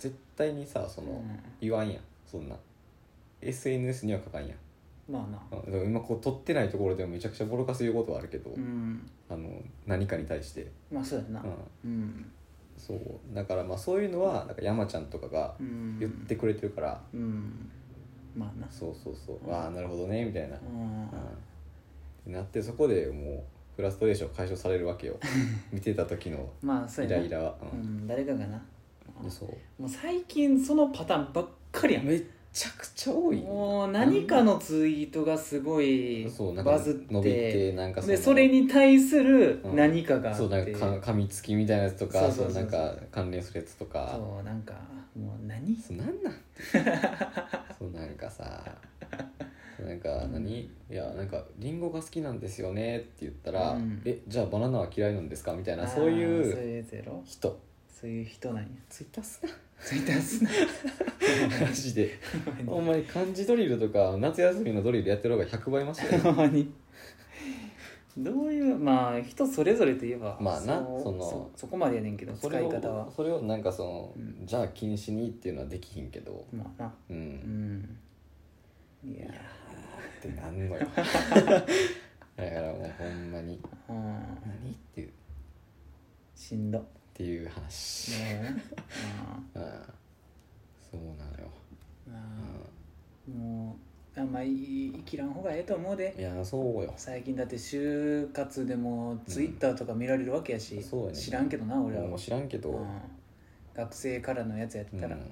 Speaker 2: 絶対にさその、
Speaker 1: うん
Speaker 2: 言わんやんそんな SNS には書かんやん
Speaker 1: まあな
Speaker 2: うんでも今こう撮ってないところでもめちゃくちゃボロカス言うことはあるけど、
Speaker 1: うん
Speaker 2: あの何かに対して、
Speaker 1: まあそうや
Speaker 2: う、
Speaker 1: なんうん
Speaker 2: そうだからまあそういうのはなんか山ちゃんとかが
Speaker 1: うん
Speaker 2: 言ってくれてるから、
Speaker 1: うんまあな
Speaker 2: そうそうそう、
Speaker 1: うん
Speaker 2: ああなるほどねみたいな、
Speaker 1: う
Speaker 2: うん
Speaker 1: ん
Speaker 2: ってなってそこでもうフラストレーション解消されるわけよ見てた時の
Speaker 1: まあそう
Speaker 2: イ
Speaker 1: や
Speaker 2: ラ
Speaker 1: な
Speaker 2: イラは、
Speaker 1: う
Speaker 2: うん
Speaker 1: ん誰かがな
Speaker 2: でそう
Speaker 1: もう最近そのパターンばっかりやん
Speaker 2: めっちゃくちゃ多い
Speaker 1: もう何かのツイートがすごい
Speaker 2: そうなんか
Speaker 1: バズっ
Speaker 2: 伸び
Speaker 1: て
Speaker 2: てなんか
Speaker 1: で
Speaker 2: の
Speaker 1: それに対する
Speaker 2: うん
Speaker 1: 何かがあって
Speaker 2: そうなんかか噛みつきみたいなやつとか
Speaker 1: そうそうそう
Speaker 2: そ
Speaker 1: そうう
Speaker 2: なんか関連するやつとか
Speaker 1: そうなんかもう何
Speaker 2: そうな んなんそうなんかさそうなんか何、いやなんか「リンゴが好きなんですよね」って言ったら「
Speaker 1: うん
Speaker 2: えじゃあバナナは嫌いなんですか?」みたい
Speaker 1: あ
Speaker 2: な
Speaker 1: ー
Speaker 2: そう
Speaker 1: そう
Speaker 2: いう
Speaker 1: いうやつやろ
Speaker 2: 人
Speaker 1: そういう人なんや
Speaker 2: ツイッターすな
Speaker 1: ツイッターすな
Speaker 2: マジで
Speaker 1: ほ
Speaker 2: お
Speaker 1: んま
Speaker 2: 前漢字ドリルとか夏休みのドリルやってる方が100倍マシ
Speaker 1: に
Speaker 2: だよ
Speaker 1: ほんまにどういうまあ人それぞれといえば
Speaker 2: まあな
Speaker 1: う
Speaker 2: その
Speaker 1: そそこまでやねんけど 使
Speaker 2: そ
Speaker 1: い
Speaker 2: れを
Speaker 1: 方は
Speaker 2: それをなんかその、
Speaker 1: うん
Speaker 2: じゃあ禁止にっていうのはできひんけど
Speaker 1: まあな
Speaker 2: うん、
Speaker 1: うんいや
Speaker 2: ってな んのよだからもうほんまに
Speaker 1: ーうん
Speaker 2: 何っていうっ
Speaker 1: しんどね
Speaker 2: ていう話、
Speaker 1: え
Speaker 2: うんそうなのよ、
Speaker 1: うんうんもうあんまり生きらん方がええと思うで
Speaker 2: うん、いやそうよ
Speaker 1: 最近だって就活でもツイッターとか見られるわけやし、
Speaker 2: うんそうやね
Speaker 1: 知らんけどな俺
Speaker 2: 俺
Speaker 1: は
Speaker 2: はもう知らんけど、
Speaker 1: うん学生からのやつやってたら、
Speaker 2: うん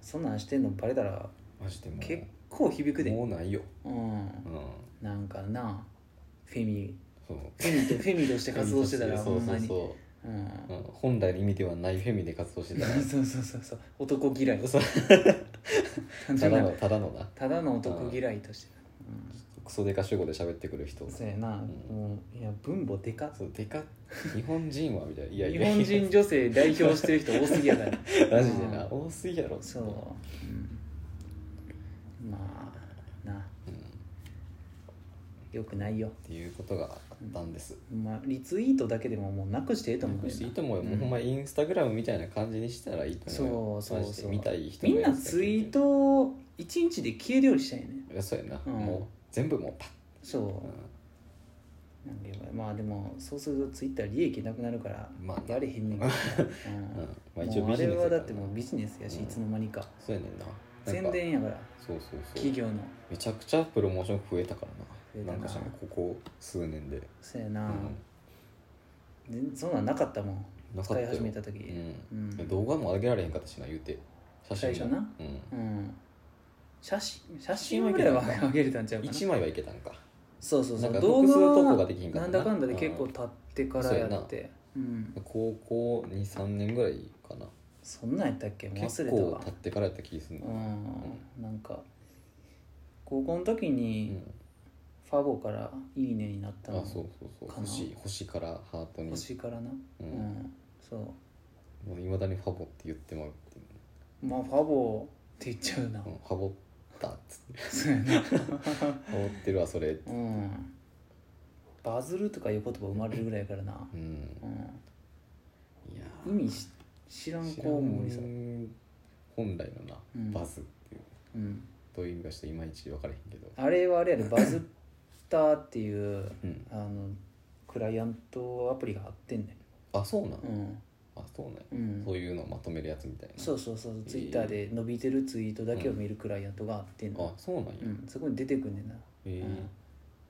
Speaker 1: そんなんしてんのバレたら
Speaker 2: マジでもう
Speaker 1: 結構響くで
Speaker 2: もうないよ、
Speaker 1: うん
Speaker 2: うん、
Speaker 1: なんかなフェミ
Speaker 2: そう
Speaker 1: フェミとフェミとして活動してたら
Speaker 2: そ
Speaker 1: ほ
Speaker 2: うんそ
Speaker 1: ま
Speaker 2: う
Speaker 1: にう
Speaker 2: そ
Speaker 1: ん
Speaker 2: う、うん、本来の意味ではないフェミで活動してたら
Speaker 1: そうそうそうそう男嫌い
Speaker 2: そう
Speaker 1: 単
Speaker 2: た
Speaker 1: 純
Speaker 2: だ
Speaker 1: な
Speaker 2: のただのな
Speaker 1: ただの男嫌いとして
Speaker 2: クソデカ主語で喋ってくる人
Speaker 1: うんそうやな、もういや分母でかっ
Speaker 2: そうデカ日本人はみたいないやい
Speaker 1: 日
Speaker 2: や
Speaker 1: 本人女性代表してる人多すぎや から
Speaker 2: マジでな多すぎやろ
Speaker 1: そう、うん、まあな
Speaker 2: うん、っ
Speaker 1: よくないよ、
Speaker 2: ていうことがあったんです、
Speaker 1: まあ、リツイートだけでももうなくしていいと思うよな
Speaker 2: していいと思うよ、
Speaker 1: ん
Speaker 2: もうほんまインスタグラムみたいな感じにしたらいいと思うよ
Speaker 1: そうそう
Speaker 2: マジ
Speaker 1: そ
Speaker 2: で
Speaker 1: う
Speaker 2: 見たい人
Speaker 1: みんな
Speaker 2: がいるだけ
Speaker 1: ツイートを一日で消えるようにしたいね
Speaker 2: いやそうやな、
Speaker 1: うん
Speaker 2: もう全部もうパッ
Speaker 1: そうう、
Speaker 2: ん
Speaker 1: なんかやばいまあでもそうするとツイッター利益なくなるから
Speaker 2: まあ
Speaker 1: やれへんねんけど、
Speaker 2: うん
Speaker 1: うん
Speaker 2: まあ、一応
Speaker 1: もう
Speaker 2: ビ
Speaker 1: あ
Speaker 2: ジ
Speaker 1: れ
Speaker 2: ネス
Speaker 1: は
Speaker 2: やか
Speaker 1: だ
Speaker 2: ら
Speaker 1: ってもうビジネスやし、
Speaker 2: うん
Speaker 1: いつの間にか
Speaker 2: そうやねんななん
Speaker 1: 宣
Speaker 2: か
Speaker 1: 伝やから
Speaker 2: そうそうそう
Speaker 1: 企業の
Speaker 2: めちゃくちゃプロモーション増えたから
Speaker 1: 増え
Speaker 2: な
Speaker 1: た
Speaker 2: な
Speaker 1: なん
Speaker 2: かしらんここ数年で、
Speaker 1: そうやな、
Speaker 2: う
Speaker 1: でそんなんなかったもん
Speaker 2: ん、なかっ
Speaker 1: 使
Speaker 2: た
Speaker 1: い
Speaker 2: よ
Speaker 1: 始めた時
Speaker 2: うん
Speaker 1: うん
Speaker 2: 動画も上げられへんかったしな言うて写真も
Speaker 1: 最初な
Speaker 2: うん
Speaker 1: うん、写真写真ぐらいは上げれたんちゃうかな
Speaker 2: 1枚はいけたんか
Speaker 1: そうそうそ
Speaker 2: なん
Speaker 1: う
Speaker 2: か
Speaker 1: 動
Speaker 2: 複数投
Speaker 1: 画
Speaker 2: 稿
Speaker 1: は
Speaker 2: ができんか
Speaker 1: な
Speaker 2: ら
Speaker 1: ん
Speaker 2: な
Speaker 1: だかんだで結構経ってからや
Speaker 2: うん
Speaker 1: っ
Speaker 2: そう
Speaker 1: てうん
Speaker 2: 高校23年ぐらいかな
Speaker 1: そんなんやったっけもう忘
Speaker 2: 結
Speaker 1: れた
Speaker 2: 構
Speaker 1: わ
Speaker 2: 経ってからやった気がする
Speaker 1: うんなんか高校の時
Speaker 2: う
Speaker 1: に
Speaker 2: ん
Speaker 1: ファボから「いいね」になった
Speaker 2: あ
Speaker 1: の
Speaker 2: そうそうそう
Speaker 1: かな
Speaker 2: 星星からハートに
Speaker 1: 星からな
Speaker 2: う
Speaker 1: うんんそう
Speaker 2: もういまだにファボって言ってもらうっていう
Speaker 1: まあファボって言っちゃうな
Speaker 2: うん、ハボったっつ って
Speaker 1: そうやな
Speaker 2: ハボってるわそれ
Speaker 1: うんバズるとかいう言葉生まれるぐらいやからな
Speaker 2: うん
Speaker 1: うん
Speaker 2: いや
Speaker 1: 意味し知らん
Speaker 2: 知
Speaker 1: 子
Speaker 2: らん
Speaker 1: も
Speaker 2: も
Speaker 1: お
Speaker 2: ん
Speaker 1: りさ
Speaker 2: 本来のな、
Speaker 1: うん
Speaker 2: バズっていう
Speaker 1: うん
Speaker 2: どういう意味かちょっといまいち分からへんけど
Speaker 1: あれはあれやでバズったっていう
Speaker 2: うん
Speaker 1: あのクライアントアプリがあってんね
Speaker 2: あそうなん、
Speaker 1: んうん
Speaker 2: あそうなんや、
Speaker 1: うん
Speaker 2: そういうのをまとめるやつみたいな
Speaker 1: そうそうそうツイッターで伸びてるツイートだけを見るクライアントがあってん
Speaker 2: あ
Speaker 1: の、
Speaker 2: そうなんや、
Speaker 1: うんそこに出てくんねんな
Speaker 2: えー
Speaker 1: うん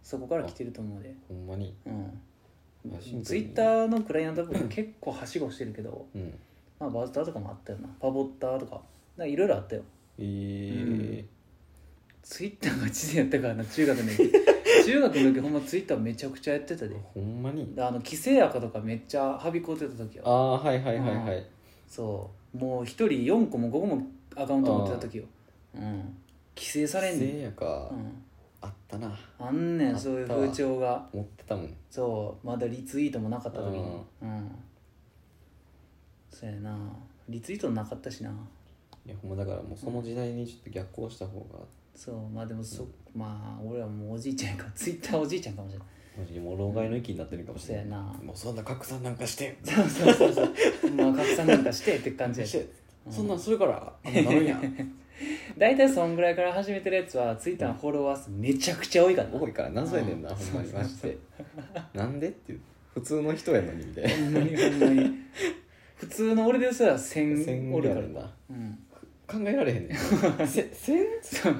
Speaker 1: そこから来てると思うで
Speaker 2: ほんまにあシンプル
Speaker 1: う
Speaker 2: に
Speaker 1: んツイッターのクライアントアプリ結構はしごしてるけど、
Speaker 2: うん
Speaker 1: まあ、バズターとかもあったよなパボッターとかなんかいろいろあったよ
Speaker 2: えー
Speaker 1: ツイッターが地でやったからな中学の 時中学の時ほんまツイッターめちゃくちゃやってたで
Speaker 2: ほんまに
Speaker 1: であの規制やかとかめっちゃはびこってた時
Speaker 2: あ
Speaker 1: よ
Speaker 2: あはいはいはいはい
Speaker 1: そうもう一人4個も5個もアカウント持ってた時ようん規制されんねん
Speaker 2: せいやか、
Speaker 1: うん
Speaker 2: あったな
Speaker 1: あんね
Speaker 2: あ
Speaker 1: ん
Speaker 2: った
Speaker 1: そう
Speaker 2: わ
Speaker 1: いう風潮が
Speaker 2: 持ってたもん
Speaker 1: そうまだリツイートもなかった時にうんそうやなリツイートなかったしない
Speaker 2: やほんまだからもうその時代にちょっと逆行した方が
Speaker 1: そうまあでもそまあ俺はもうおじいちゃんやから ツイッターおじいちゃんかもしれない
Speaker 2: マジでもう老害の域になってるかもしれない、
Speaker 1: うんそうやな
Speaker 2: もうそんな拡散なんかして
Speaker 1: そうそうそうそうまあ拡散なんかしてって感じや
Speaker 2: し
Speaker 1: して
Speaker 2: そんなんするから、あんなるん や
Speaker 1: 大体そんぐらいから始めてるやつはツイッターのフォロワー数めちゃくちゃ多いからな
Speaker 2: 多いから謎やねんな、
Speaker 1: うん
Speaker 2: ほんまに
Speaker 1: そうそうそう
Speaker 2: マジでなんでっていう普通の人やのにみたいな
Speaker 1: ほんまにほんまに普通の俺ですら
Speaker 2: 千
Speaker 1: 1000おるから
Speaker 2: やんな
Speaker 1: うん
Speaker 2: 考えられへんね んせ せん
Speaker 1: そう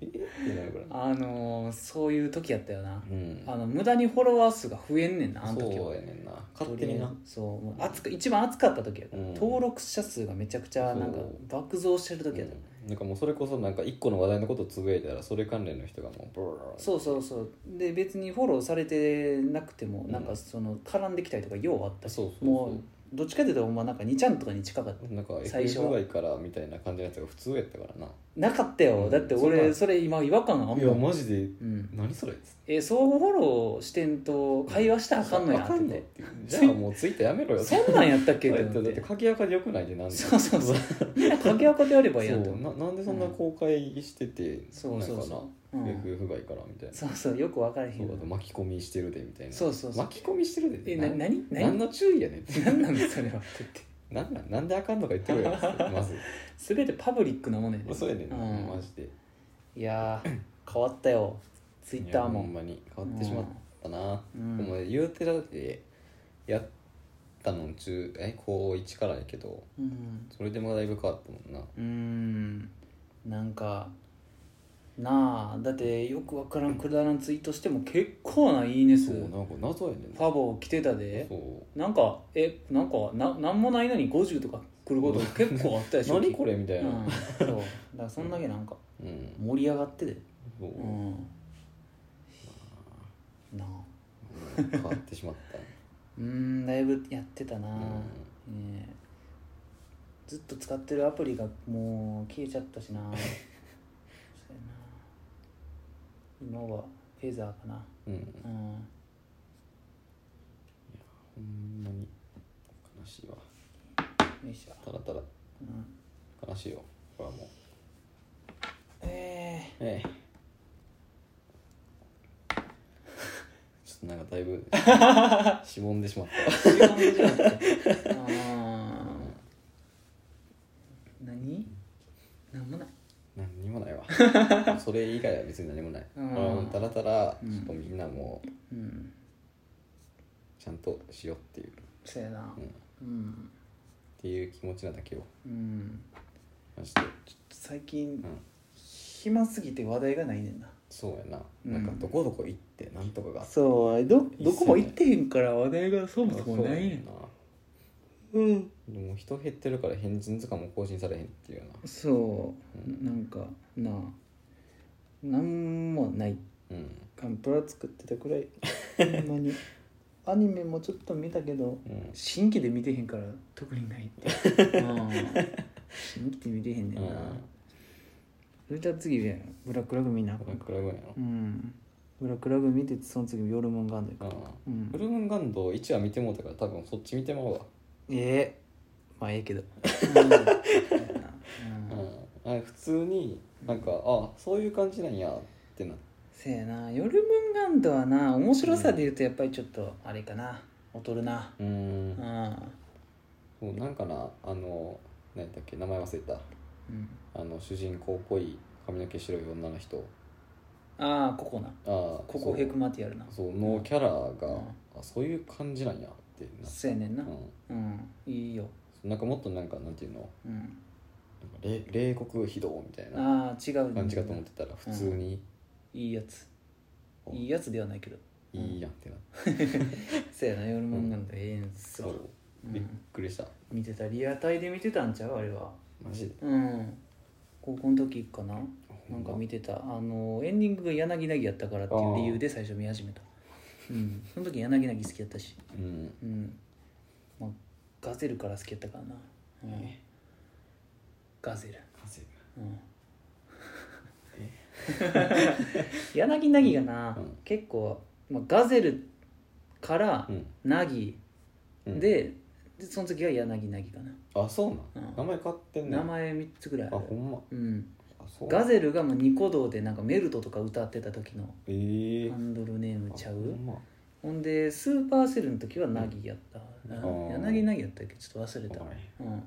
Speaker 2: えってなるから
Speaker 1: あのーそういう時やったよな
Speaker 2: うん
Speaker 1: あの無駄にフォロワー数が増えんねんなあの時は
Speaker 2: そうやねんな勝手にな
Speaker 1: そうもう暑く一番暑かった時やから、
Speaker 2: うん
Speaker 1: 登録者数がめちゃくちゃなんか
Speaker 2: そう
Speaker 1: 爆増してる時やった、
Speaker 2: うんなんかもうそれこそなんか一個の話題のことをつぶやいたらそれ関連の人がもうブルー
Speaker 1: そうそうそうで別にフォローされてなくてもなんかその絡んできたりとかようあったし、
Speaker 2: そうそうそう
Speaker 1: もうどっちかというとほんまなんか2ちゃんとかに近かった
Speaker 2: なんか
Speaker 1: 最
Speaker 2: F
Speaker 1: 初
Speaker 2: 世代からみたいな感じのやつが普通やったからな
Speaker 1: なかったよ、
Speaker 2: うん
Speaker 1: だって
Speaker 2: そん
Speaker 1: 俺
Speaker 2: な
Speaker 1: それ今違和感あんもん
Speaker 2: いやマジで
Speaker 1: うん、
Speaker 2: 何それっつって
Speaker 1: え相互フォローしてんと会話したらあかんのや
Speaker 2: あ
Speaker 1: っ
Speaker 2: か
Speaker 1: て
Speaker 2: んの
Speaker 1: て
Speaker 2: っていうじゃあもうツイッターやめろよ
Speaker 1: そんなんやったっけ
Speaker 2: だ
Speaker 1: って
Speaker 2: って
Speaker 1: 思
Speaker 2: だ
Speaker 1: っ
Speaker 2: って
Speaker 1: て
Speaker 2: 鍵垢でよくないでなんで
Speaker 1: そうそうそうみんな掛け合うことやればいいやんと
Speaker 2: そうななんでそんな公開してて、
Speaker 1: そうそう
Speaker 2: なんか
Speaker 1: そ
Speaker 2: な、
Speaker 1: う、うん
Speaker 2: FF 外からみたいなそ
Speaker 1: そうそうよく分からへん
Speaker 2: うあと巻き込みしてるでみたいな
Speaker 1: そうそうそう
Speaker 2: 巻き込みしてるでって
Speaker 1: えな
Speaker 2: な
Speaker 1: 何
Speaker 2: 何
Speaker 1: 何
Speaker 2: の注意やねん って
Speaker 1: 何なんそれはって言って
Speaker 2: なんなんなんであかんのか言ってくれよ まず
Speaker 1: 全てパブリックなものやで
Speaker 2: そうやねんな、
Speaker 1: うん
Speaker 2: マジで
Speaker 1: いやー変わったよツイッター
Speaker 2: いやほ
Speaker 1: も
Speaker 2: んまに変わってしまったな、
Speaker 1: うん
Speaker 2: お前言うてだってやったの中え高1からやけど
Speaker 1: うん
Speaker 2: それでもだいぶ変わったもんな
Speaker 1: うんなんかなあだってよく分からんくだらんツイートしても結構ないいね数
Speaker 2: そう
Speaker 1: フ
Speaker 2: なんか謎やねんな
Speaker 1: ァボ来てたで
Speaker 2: そう
Speaker 1: なんかえなんかななんもないのに50とか来ること結構あったでしょ
Speaker 2: 何これみたいな、
Speaker 1: うん、そうだからそんだけなんか
Speaker 2: うん
Speaker 1: 盛り上がってで
Speaker 2: そう
Speaker 1: うんなあ
Speaker 2: うん変わってしまった
Speaker 1: うんだいぶやってたな、
Speaker 2: ん
Speaker 1: ねえずっと使ってるアプリがもう消えちゃったしなそうやな今はフェザーかな
Speaker 2: うん
Speaker 1: うん
Speaker 2: ほんまに悲しいわ
Speaker 1: よいしょ、
Speaker 2: ただただ
Speaker 1: うん、
Speaker 2: 悲しいよこれはもう
Speaker 1: ええ
Speaker 2: え えちょっとなんかだい ぶしぼんでしまった
Speaker 1: 時間じゃなくてあー何何もない
Speaker 2: 何にももな いわそれ以外は別に何もない
Speaker 1: うん
Speaker 2: うんたらたら
Speaker 1: うん
Speaker 2: ちょっとみんなも
Speaker 1: うん
Speaker 2: ちゃんとしようっていう、
Speaker 1: そうやな
Speaker 2: うんっ
Speaker 1: うん
Speaker 2: ていう気持ちなだけを
Speaker 1: うん
Speaker 2: マジで、
Speaker 1: 最近
Speaker 2: うん、
Speaker 1: 暇すぎて話題がないねんな
Speaker 2: そうやな、
Speaker 1: うん
Speaker 2: なんかどこどこ行ってなんとかが
Speaker 1: そうど
Speaker 2: どこも行って
Speaker 1: へんから話題がそ
Speaker 2: そうやねんなでも人減ってるから変人図鑑も更新されへんっていうよ
Speaker 1: そう、
Speaker 2: うん
Speaker 1: なんかなあなんもない
Speaker 2: なうん
Speaker 1: ガンプラ作ってたくらいほんま にアニメもちょっと見たけど
Speaker 2: うん
Speaker 1: 新規で見てへんから特にないって うん新規で見てへんねんな、それじゃあ次でブラックラグ見なあかん
Speaker 2: ブ
Speaker 1: か
Speaker 2: クラグやろ
Speaker 1: うんブラックラグ見てその次夜もんがあんのよ
Speaker 2: う
Speaker 1: うんん
Speaker 2: ブルームガンド1話見てもうたから多分そっち見てまうわ
Speaker 1: ええまあええけどうんそうやなうん
Speaker 2: うん、あ普通になんか、あそういう感じなんやってな
Speaker 1: せやな夜分ガンドはな面白さで言うとやっぱりちょっとあれかな劣るな
Speaker 2: う
Speaker 1: うん
Speaker 2: ん
Speaker 1: う
Speaker 2: もうなんかなあの何だっけ名前忘れた
Speaker 1: ん
Speaker 2: あの主人公っぽい髪の毛白い女の人
Speaker 1: ああここな
Speaker 2: あこ
Speaker 1: ここヘクマってやるな
Speaker 2: そうのキャラが、
Speaker 1: うん
Speaker 2: あそういう感じなんやってな
Speaker 1: せやねんな
Speaker 2: う
Speaker 1: うんいいよ
Speaker 2: ん、なんかもっとなんかなんていうの
Speaker 1: うん
Speaker 2: なんか冷冷酷非道みたい
Speaker 1: あ
Speaker 2: な
Speaker 1: あ違うね
Speaker 2: 感じかと思ってたら普通に
Speaker 1: いいやついいやつではないけどうん
Speaker 2: いいやんってなって、
Speaker 1: せやな夜分ガンドええんす
Speaker 2: そ
Speaker 1: わ
Speaker 2: う
Speaker 1: うん
Speaker 2: びっくりした、
Speaker 1: 見てたリアタイで見てたんちゃうあれは
Speaker 2: マジで
Speaker 1: うん高校の時かな
Speaker 2: ほ
Speaker 1: なんん
Speaker 2: ま
Speaker 1: か見てたあのエンディングが柳凪やったからっていう理由で最初見始めたうんその時柳凪好きやったし
Speaker 2: うん
Speaker 1: うん、まあ、ガゼルから好きやったからな、うん
Speaker 2: え
Speaker 1: ガゼル、
Speaker 2: 風
Speaker 1: うん
Speaker 2: え、
Speaker 1: 柳凪がな、
Speaker 2: うん
Speaker 1: 結構、まあ、ガゼルから
Speaker 2: うん
Speaker 1: 凪
Speaker 2: うん
Speaker 1: で,、でその時は柳凪かな、
Speaker 2: あそうなん、
Speaker 1: うん
Speaker 2: 名前買ってんねん
Speaker 1: 名前3つぐらい
Speaker 2: あ
Speaker 1: ある
Speaker 2: ほんま
Speaker 1: うん、
Speaker 2: あそう
Speaker 1: ガゼルがもうニコ動でなんかメルトとか歌ってた時の
Speaker 2: えー
Speaker 1: ハ、ンドルネームちゃ
Speaker 2: あほ
Speaker 1: うん
Speaker 2: ま
Speaker 1: ほんでスーパーセルの時はナギやった、
Speaker 2: うん
Speaker 1: な
Speaker 2: あー
Speaker 1: 柳凪やったっけちょっと忘れた
Speaker 2: お前
Speaker 1: うん
Speaker 2: うん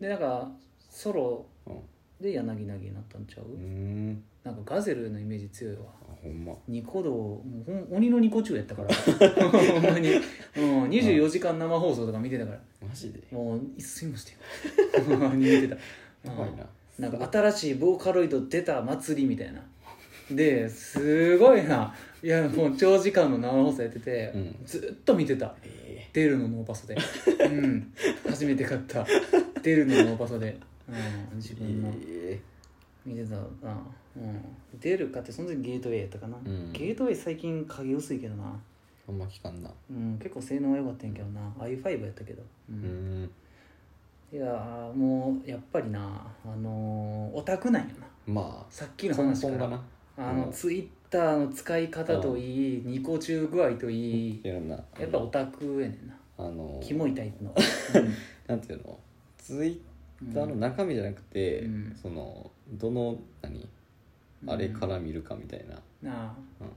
Speaker 1: でなんかソロ
Speaker 2: うん
Speaker 1: で柳凪になったんちゃう、
Speaker 2: うーん
Speaker 1: なんかガゼルのイメージ強いわ
Speaker 2: あほんま
Speaker 1: ニコ動もうほん鬼のニコ中やったからほんまに、うん、24時間生放送とか見てたから
Speaker 2: マジで
Speaker 1: もう一睡もしてよほんまに見てた、
Speaker 2: や
Speaker 1: う
Speaker 2: ば
Speaker 1: ん
Speaker 2: いな
Speaker 1: なんか新しいボーカロイド出た祭りみたいなですごいないやもう長時間の生放送やってて、
Speaker 2: うん
Speaker 1: ずっと見てた
Speaker 2: え
Speaker 1: デルのノーパソで、うん、初めて買ったデルのノーパソで、うん、自
Speaker 2: ー、
Speaker 1: 分の
Speaker 2: え
Speaker 1: 見てたな、うん、デル買ってその時ゲートウェイやったかな、
Speaker 2: うん
Speaker 1: ゲートウェイ最近影薄いけどな、
Speaker 2: ー、あんま聞かんな
Speaker 1: うん、結構性能は良かったんやけどな i5 やったけど、う
Speaker 2: うんん
Speaker 1: いやーもうやっぱりなあのーオタクなんよな
Speaker 2: ま
Speaker 1: さっき
Speaker 2: あ
Speaker 1: の
Speaker 2: 根
Speaker 1: 話か
Speaker 2: 本
Speaker 1: ら
Speaker 2: がな
Speaker 1: あの、
Speaker 2: うん
Speaker 1: ツイッターの使い方といい、ニコ中具合といい
Speaker 2: いろんな
Speaker 1: やっぱオタクやねんな、
Speaker 2: あの
Speaker 1: キモいタイプ の、
Speaker 2: なんていうのツイ
Speaker 1: うん
Speaker 2: ッターの中身じゃなくて、
Speaker 1: うん
Speaker 2: そのどの何あれから見るかみたいな、
Speaker 1: なあ
Speaker 2: うん、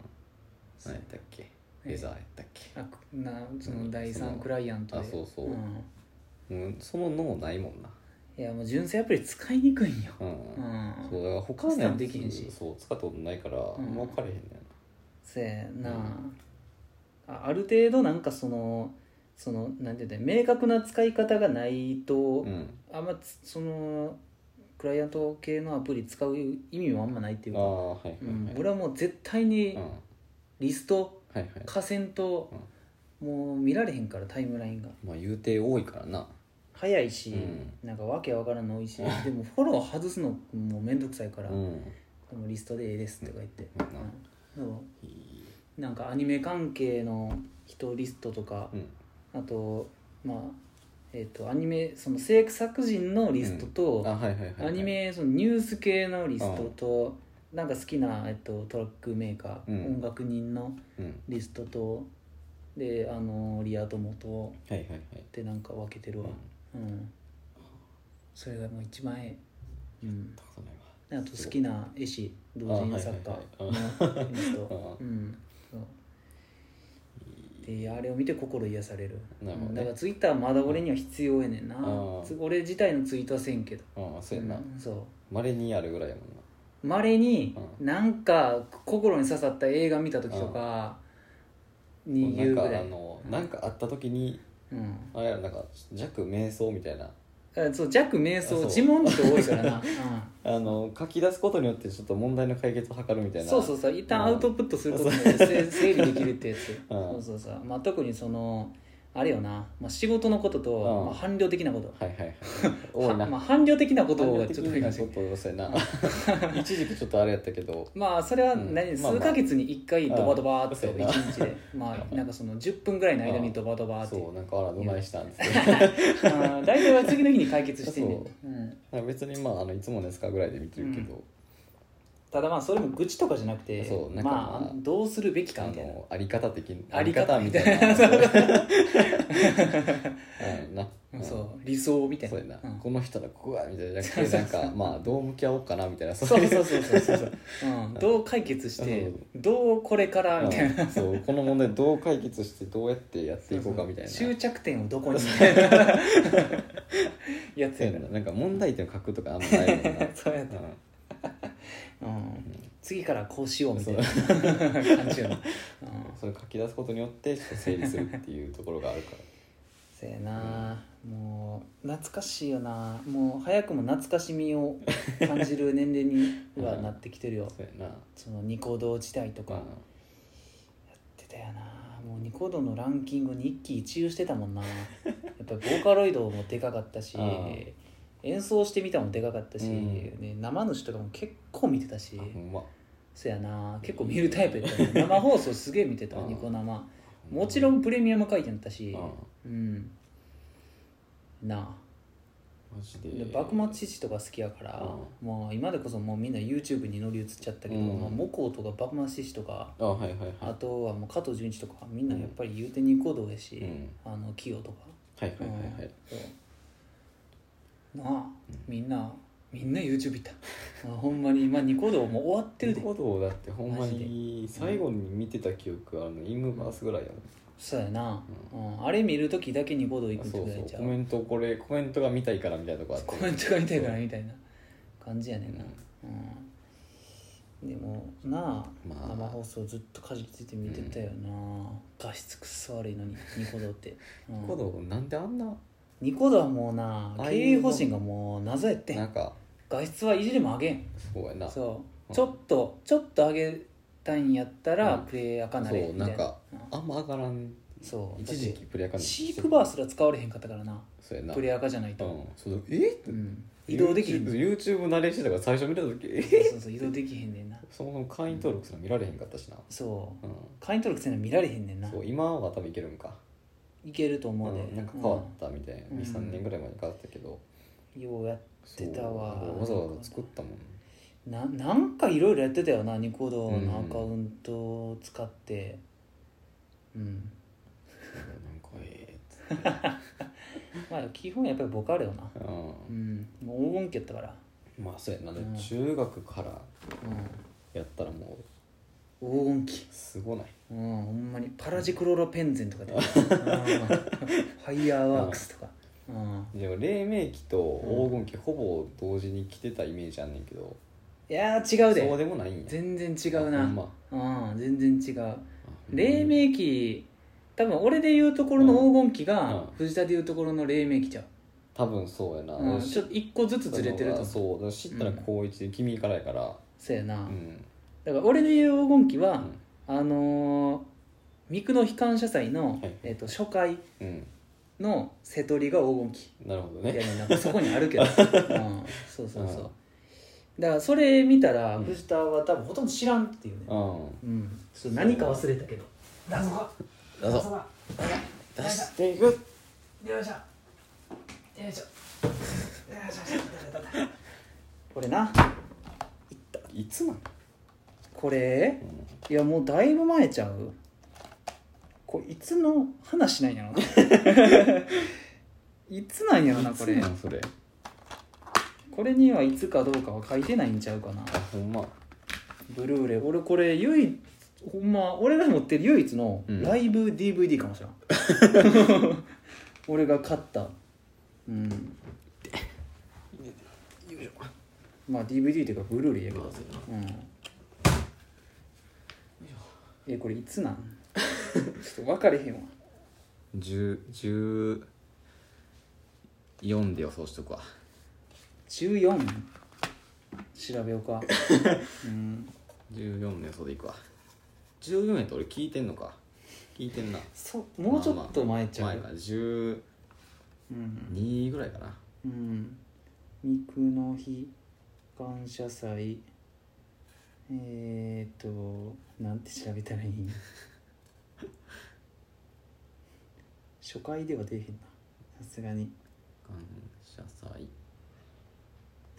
Speaker 2: 何やったっけフ
Speaker 1: え
Speaker 2: ェザーやったっけ
Speaker 1: あなその第
Speaker 2: その
Speaker 1: 三クライアントで
Speaker 2: あそうそうんうん、その脳ないもんな、
Speaker 1: いやもう純正アプリ使いにくいんよ、
Speaker 2: うん
Speaker 1: うん、
Speaker 2: そうだから他
Speaker 1: カス
Speaker 2: の
Speaker 1: タ
Speaker 2: や
Speaker 1: ム
Speaker 2: つ
Speaker 1: できへんし
Speaker 2: そう使ったことないから、
Speaker 1: ん
Speaker 2: もう分かれへんねん
Speaker 1: せやな、
Speaker 2: う
Speaker 1: あある程度なんかそのそのなんていうんだろう明確な使い方がないと、
Speaker 2: うん
Speaker 1: あんまつそのクライアント系のアプリ使う意味もあんまないっていう
Speaker 2: あ
Speaker 1: か、
Speaker 2: あはいはい
Speaker 1: うん、
Speaker 2: はい、
Speaker 1: 俺はもう絶対
Speaker 2: う
Speaker 1: に
Speaker 2: ん、はい
Speaker 1: リスト
Speaker 2: はい
Speaker 1: 化せんと、もう見られへんからタイムラインが
Speaker 2: まあ言うて多いからな
Speaker 1: 早いし、
Speaker 2: うん
Speaker 1: なんかわけわからんの多いしでもフォロー外すのもうめんどくさいから、
Speaker 2: うん
Speaker 1: でもリストでええですとか言って、
Speaker 2: うん
Speaker 1: うんそうなんかアニメ関係の人リストとか
Speaker 2: う、ん
Speaker 1: あとまあえっ、とアニメその制作人のリストと、
Speaker 2: あはいはいはい、はい、
Speaker 1: アニメそのニュース系のリストと、なんか好きな、えっと、トラックメーカー、
Speaker 2: うん
Speaker 1: 音楽人の
Speaker 2: うん
Speaker 1: リストとであのリア友と
Speaker 2: はいはいはい
Speaker 1: でなんか分けてるわうん、それがもう一番ええ、うん、
Speaker 2: たことない
Speaker 1: あと好きな絵師同人作家
Speaker 2: あ
Speaker 1: の
Speaker 2: はい
Speaker 1: リス
Speaker 2: わ
Speaker 1: ト
Speaker 2: う
Speaker 1: うんんそうであれを見て心癒される
Speaker 2: なるほどね
Speaker 1: うんだからツイッターはまだ俺には必要やねんな
Speaker 2: あー
Speaker 1: つ俺自体のツイートはせんけど
Speaker 2: ああそうやな
Speaker 1: うんそう
Speaker 2: まれにあるぐらいやもん
Speaker 1: まれに
Speaker 2: う
Speaker 1: なんか心に刺さった映画見た時とかに言うぐ
Speaker 2: な
Speaker 1: ら
Speaker 2: んかあ
Speaker 1: い、
Speaker 2: の
Speaker 1: うん
Speaker 2: なんかあった時に
Speaker 1: うん、
Speaker 2: あれやろなんか弱瞑想みたいな
Speaker 1: あそう弱瞑想
Speaker 2: あそう
Speaker 1: 自問って多いから な、
Speaker 2: あの書き出すことによってちょっと問題の解決を図るみた
Speaker 1: う
Speaker 2: い
Speaker 1: ん、
Speaker 2: な
Speaker 1: そうそううそう一旦アウトプットすることによって せ整理できるってやつ、
Speaker 2: うん
Speaker 1: そうそうそう、まあ、特にそのあれよな、まあ、仕事のことと、
Speaker 2: うん
Speaker 1: まあ、伴侶的なこと
Speaker 2: はいはいはい多い
Speaker 1: は
Speaker 2: な
Speaker 1: まあ、伴侶的なこと
Speaker 2: 多
Speaker 1: を
Speaker 2: い
Speaker 1: ちょ
Speaker 2: ちょ
Speaker 1: っと言
Speaker 2: っと
Speaker 1: いま
Speaker 2: な
Speaker 1: した
Speaker 2: こ
Speaker 1: けど
Speaker 2: とをしたいな 一時期ちょっとあれやったけど
Speaker 1: まあそれは何、
Speaker 2: うんまあま
Speaker 1: 数
Speaker 2: あ
Speaker 1: ヶ月に1回ドバドバーっと
Speaker 2: う
Speaker 1: 1
Speaker 2: ん
Speaker 1: 日で、 まあなんかその10分ぐらいの間にドバドバーって
Speaker 2: そうなんかあらどないしたんですけ
Speaker 1: あー大体は次の日に解決してんねん
Speaker 2: そう
Speaker 1: うん、
Speaker 2: ど別にまああのいつもですかぐらいで見てるけど、
Speaker 1: ただまあそれも愚痴とかじゃなくて
Speaker 2: そうなんかまあ
Speaker 1: まあどうするべきか
Speaker 2: あ
Speaker 1: みたいな
Speaker 2: のあり方的
Speaker 1: あり方みたいな
Speaker 2: あり方みたいなうんな
Speaker 1: うんそう理想みたい
Speaker 2: そ
Speaker 1: な
Speaker 2: うやな、
Speaker 1: うん
Speaker 2: この人のここがみたいなじゃなくてなんかまあどう向き合おうかなみたいな
Speaker 1: そう
Speaker 2: い
Speaker 1: そうそうそうそうそう、うん、どう解決してどうこれからみたいな
Speaker 2: うんそうこの問題どう解決してどうやってやっていこうかみたいな
Speaker 1: そうそう終着点をどこにみたいなやつ
Speaker 2: そう
Speaker 1: やか
Speaker 2: や
Speaker 1: ら
Speaker 2: ななんか問題点を書くとかあんまないもんな
Speaker 1: そうやった
Speaker 2: う
Speaker 1: うん、次からこうしようみたいな感じや な、うん、
Speaker 2: んそれを書き出すことによってちょっと整理するっていうところがあるから
Speaker 1: せやな、もう懐かしいよなもう早くも懐かしみを感じる年齢にはなってきてるよ、
Speaker 2: そうやな
Speaker 1: そのニコ動時代とか
Speaker 2: ま
Speaker 1: やってたよなもうニコ動のランキングに一喜一憂してたもん なやっぱりボーカロイドもでかかったし
Speaker 2: ああ
Speaker 1: 演奏してみたもでかかったし、
Speaker 2: うん
Speaker 1: ね、生主とかも結構見てたし
Speaker 2: あほんま
Speaker 1: そやな結構見るタイプやったね生放送すげえ見てた
Speaker 2: ああ
Speaker 1: ニコ生もちろんプレミアム会員だったし
Speaker 2: う
Speaker 1: うんなあ
Speaker 2: んマジ
Speaker 1: で
Speaker 2: で
Speaker 1: 幕末父とか好きやから、もう今でこそもうみんな YouTube に乗り移っちゃったけど、
Speaker 2: うん
Speaker 1: まあ、モコウとか幕末父とか
Speaker 2: あはいはいはい
Speaker 1: あとはもう加藤純一とかみんなやっぱり言うてニコ動やし、
Speaker 2: うん
Speaker 1: あのキヨとか、
Speaker 2: はいはいはいはい
Speaker 1: うんなあみんなみんな YouTube 行 った、まあ、ほんまに今ニコ動もう終わってるで
Speaker 2: ニコ動だってほんま
Speaker 1: マジ
Speaker 2: に最後に見てた記憶あのイムバースぐらいやもん
Speaker 1: そうやな、うんあれ見る時だけニコ動行くって
Speaker 2: そ
Speaker 1: ぐ
Speaker 2: う
Speaker 1: らい
Speaker 2: そ
Speaker 1: ち
Speaker 2: う
Speaker 1: ゃ
Speaker 2: コ
Speaker 1: う
Speaker 2: メントこれコメントが見たいからみたいなとこあって
Speaker 1: コメントが見たいからみたいな感じやねんな、うんでもなあ、
Speaker 2: まあ
Speaker 1: 生放送ずっとかじりついて見てたよな、画質くっそ悪いのにニコ動って、うん
Speaker 2: ニコ動なんであんな
Speaker 1: ニコ動はもうな
Speaker 2: ああ
Speaker 1: 経
Speaker 2: い
Speaker 1: 営
Speaker 2: うの
Speaker 1: 方針がもう謎やって
Speaker 2: なんんか
Speaker 1: 画質はいじりも上げん
Speaker 2: そうやなそう
Speaker 1: そう
Speaker 2: う
Speaker 1: ち
Speaker 2: ん
Speaker 1: ょっとちょっと上げたんやったら、
Speaker 2: うん
Speaker 1: プレイヤーかなれみた
Speaker 2: ないん
Speaker 1: な
Speaker 2: かあんま上がらん
Speaker 1: うんそう
Speaker 2: 一時期
Speaker 1: だっ
Speaker 2: プレイヤー
Speaker 1: て
Speaker 2: か
Speaker 1: シークバーすら使われへんかったからな
Speaker 2: そうやな
Speaker 1: プレイヤーかじゃない
Speaker 2: うん
Speaker 1: と、
Speaker 2: そうえ
Speaker 1: うん移
Speaker 2: 移
Speaker 1: 動
Speaker 2: 動
Speaker 1: でき
Speaker 2: でき
Speaker 1: へ
Speaker 2: る
Speaker 1: ん
Speaker 2: YouTube 慣れしてたから最初見た時え
Speaker 1: そうそう移動できへんねんな
Speaker 2: そもそも会員登録すら見られへんかったしな
Speaker 1: そう
Speaker 2: う
Speaker 1: 会員登録せんの見られへんねんなん
Speaker 2: そう今は多分いけるんか
Speaker 1: いけると思うで、
Speaker 2: うんなんか変わったみたいな
Speaker 1: うん
Speaker 2: 23年ぐらい前に変わったけど
Speaker 1: うんようや
Speaker 2: そう
Speaker 1: 出たわ
Speaker 2: なんかわざわざ作ったもん
Speaker 1: ななんかいろいろやってたよなニコ動の
Speaker 2: う
Speaker 1: ア
Speaker 2: ん
Speaker 1: カウントを使ってうん、
Speaker 2: なんかえ
Speaker 1: まあ基本やっぱりボカルよな
Speaker 2: えってうん
Speaker 1: うんもう黄金期やったから、
Speaker 2: まあそうやな、
Speaker 1: うん
Speaker 2: 中学からやったらもう
Speaker 1: うん、黄金期
Speaker 2: すごない
Speaker 1: うんほんまにパラジクロロペンゼンと かで、うん、ファイヤーワークスとかうん
Speaker 2: でも黎明期と黄金期ほぼ同時に来てたイメージあんねんけど、
Speaker 1: いやー違う
Speaker 2: そう
Speaker 1: で
Speaker 2: でもないんや
Speaker 1: 全然違う
Speaker 2: あ
Speaker 1: な
Speaker 2: ほんま
Speaker 1: うん全然違う
Speaker 2: あ
Speaker 1: 黎明期多分俺で言うところの黄金期が、
Speaker 2: うん
Speaker 1: 藤田で言うところの黎明期じゃ
Speaker 2: 多分そうやな、
Speaker 1: う、うん、ちょっと一個ずつずれてると思う
Speaker 2: そうだから知ったら高一で君からやから
Speaker 1: そうやな、
Speaker 2: うん、
Speaker 1: だから俺で言う黄金期
Speaker 2: う
Speaker 1: は、
Speaker 2: ん
Speaker 1: あのー三久野悲観社祭の、
Speaker 2: はい
Speaker 1: えっと初回
Speaker 2: うん
Speaker 1: の瀬戸りが黄金期
Speaker 2: なるほど
Speaker 1: い
Speaker 2: ね
Speaker 1: やなんかそこにある けど、うん、そうそうそう、だからそれ見たら
Speaker 2: うん
Speaker 1: 藤田は多分ほとんど知らんっていう
Speaker 2: う
Speaker 1: ね、
Speaker 2: ん
Speaker 1: うん、ちょっと何か忘れたけど謎が
Speaker 2: だぞ
Speaker 1: が
Speaker 2: 出していく
Speaker 1: よいしょよいしょよいしょ これない
Speaker 2: つなん、
Speaker 1: これ
Speaker 2: う
Speaker 1: い
Speaker 2: ん
Speaker 1: やもうだいぶ前ちゃうこれいつの話なんや ろないつなんやろなこ
Speaker 2: い
Speaker 1: れ
Speaker 2: つなんそれ
Speaker 1: これにはいつかどうかは書いてないんちゃうかな
Speaker 2: あほんま
Speaker 1: ブルーレイ俺これ唯一ほんま俺が持ってる唯一の
Speaker 2: うん
Speaker 1: ライブ DVD かもしれん、 俺が買ったうんまあ DVD というかブルーレイやけ
Speaker 2: ま
Speaker 1: ど
Speaker 2: あそうやな
Speaker 1: うんえこれい つなんちょっと分かれへんわ
Speaker 2: 10 14で予想しとくわ
Speaker 1: 14調べようかうん
Speaker 2: 14の予想でいくわ14やと俺聞いてんのか聞いてんな
Speaker 1: そうもうちょっと前ちゃう、
Speaker 2: まあまあ前か
Speaker 1: うん、
Speaker 2: 12ぐらいかな
Speaker 1: うん、肉の日感謝祭えー、となんて調べたらいいん初回では出えへんなさすがに
Speaker 2: 感謝祭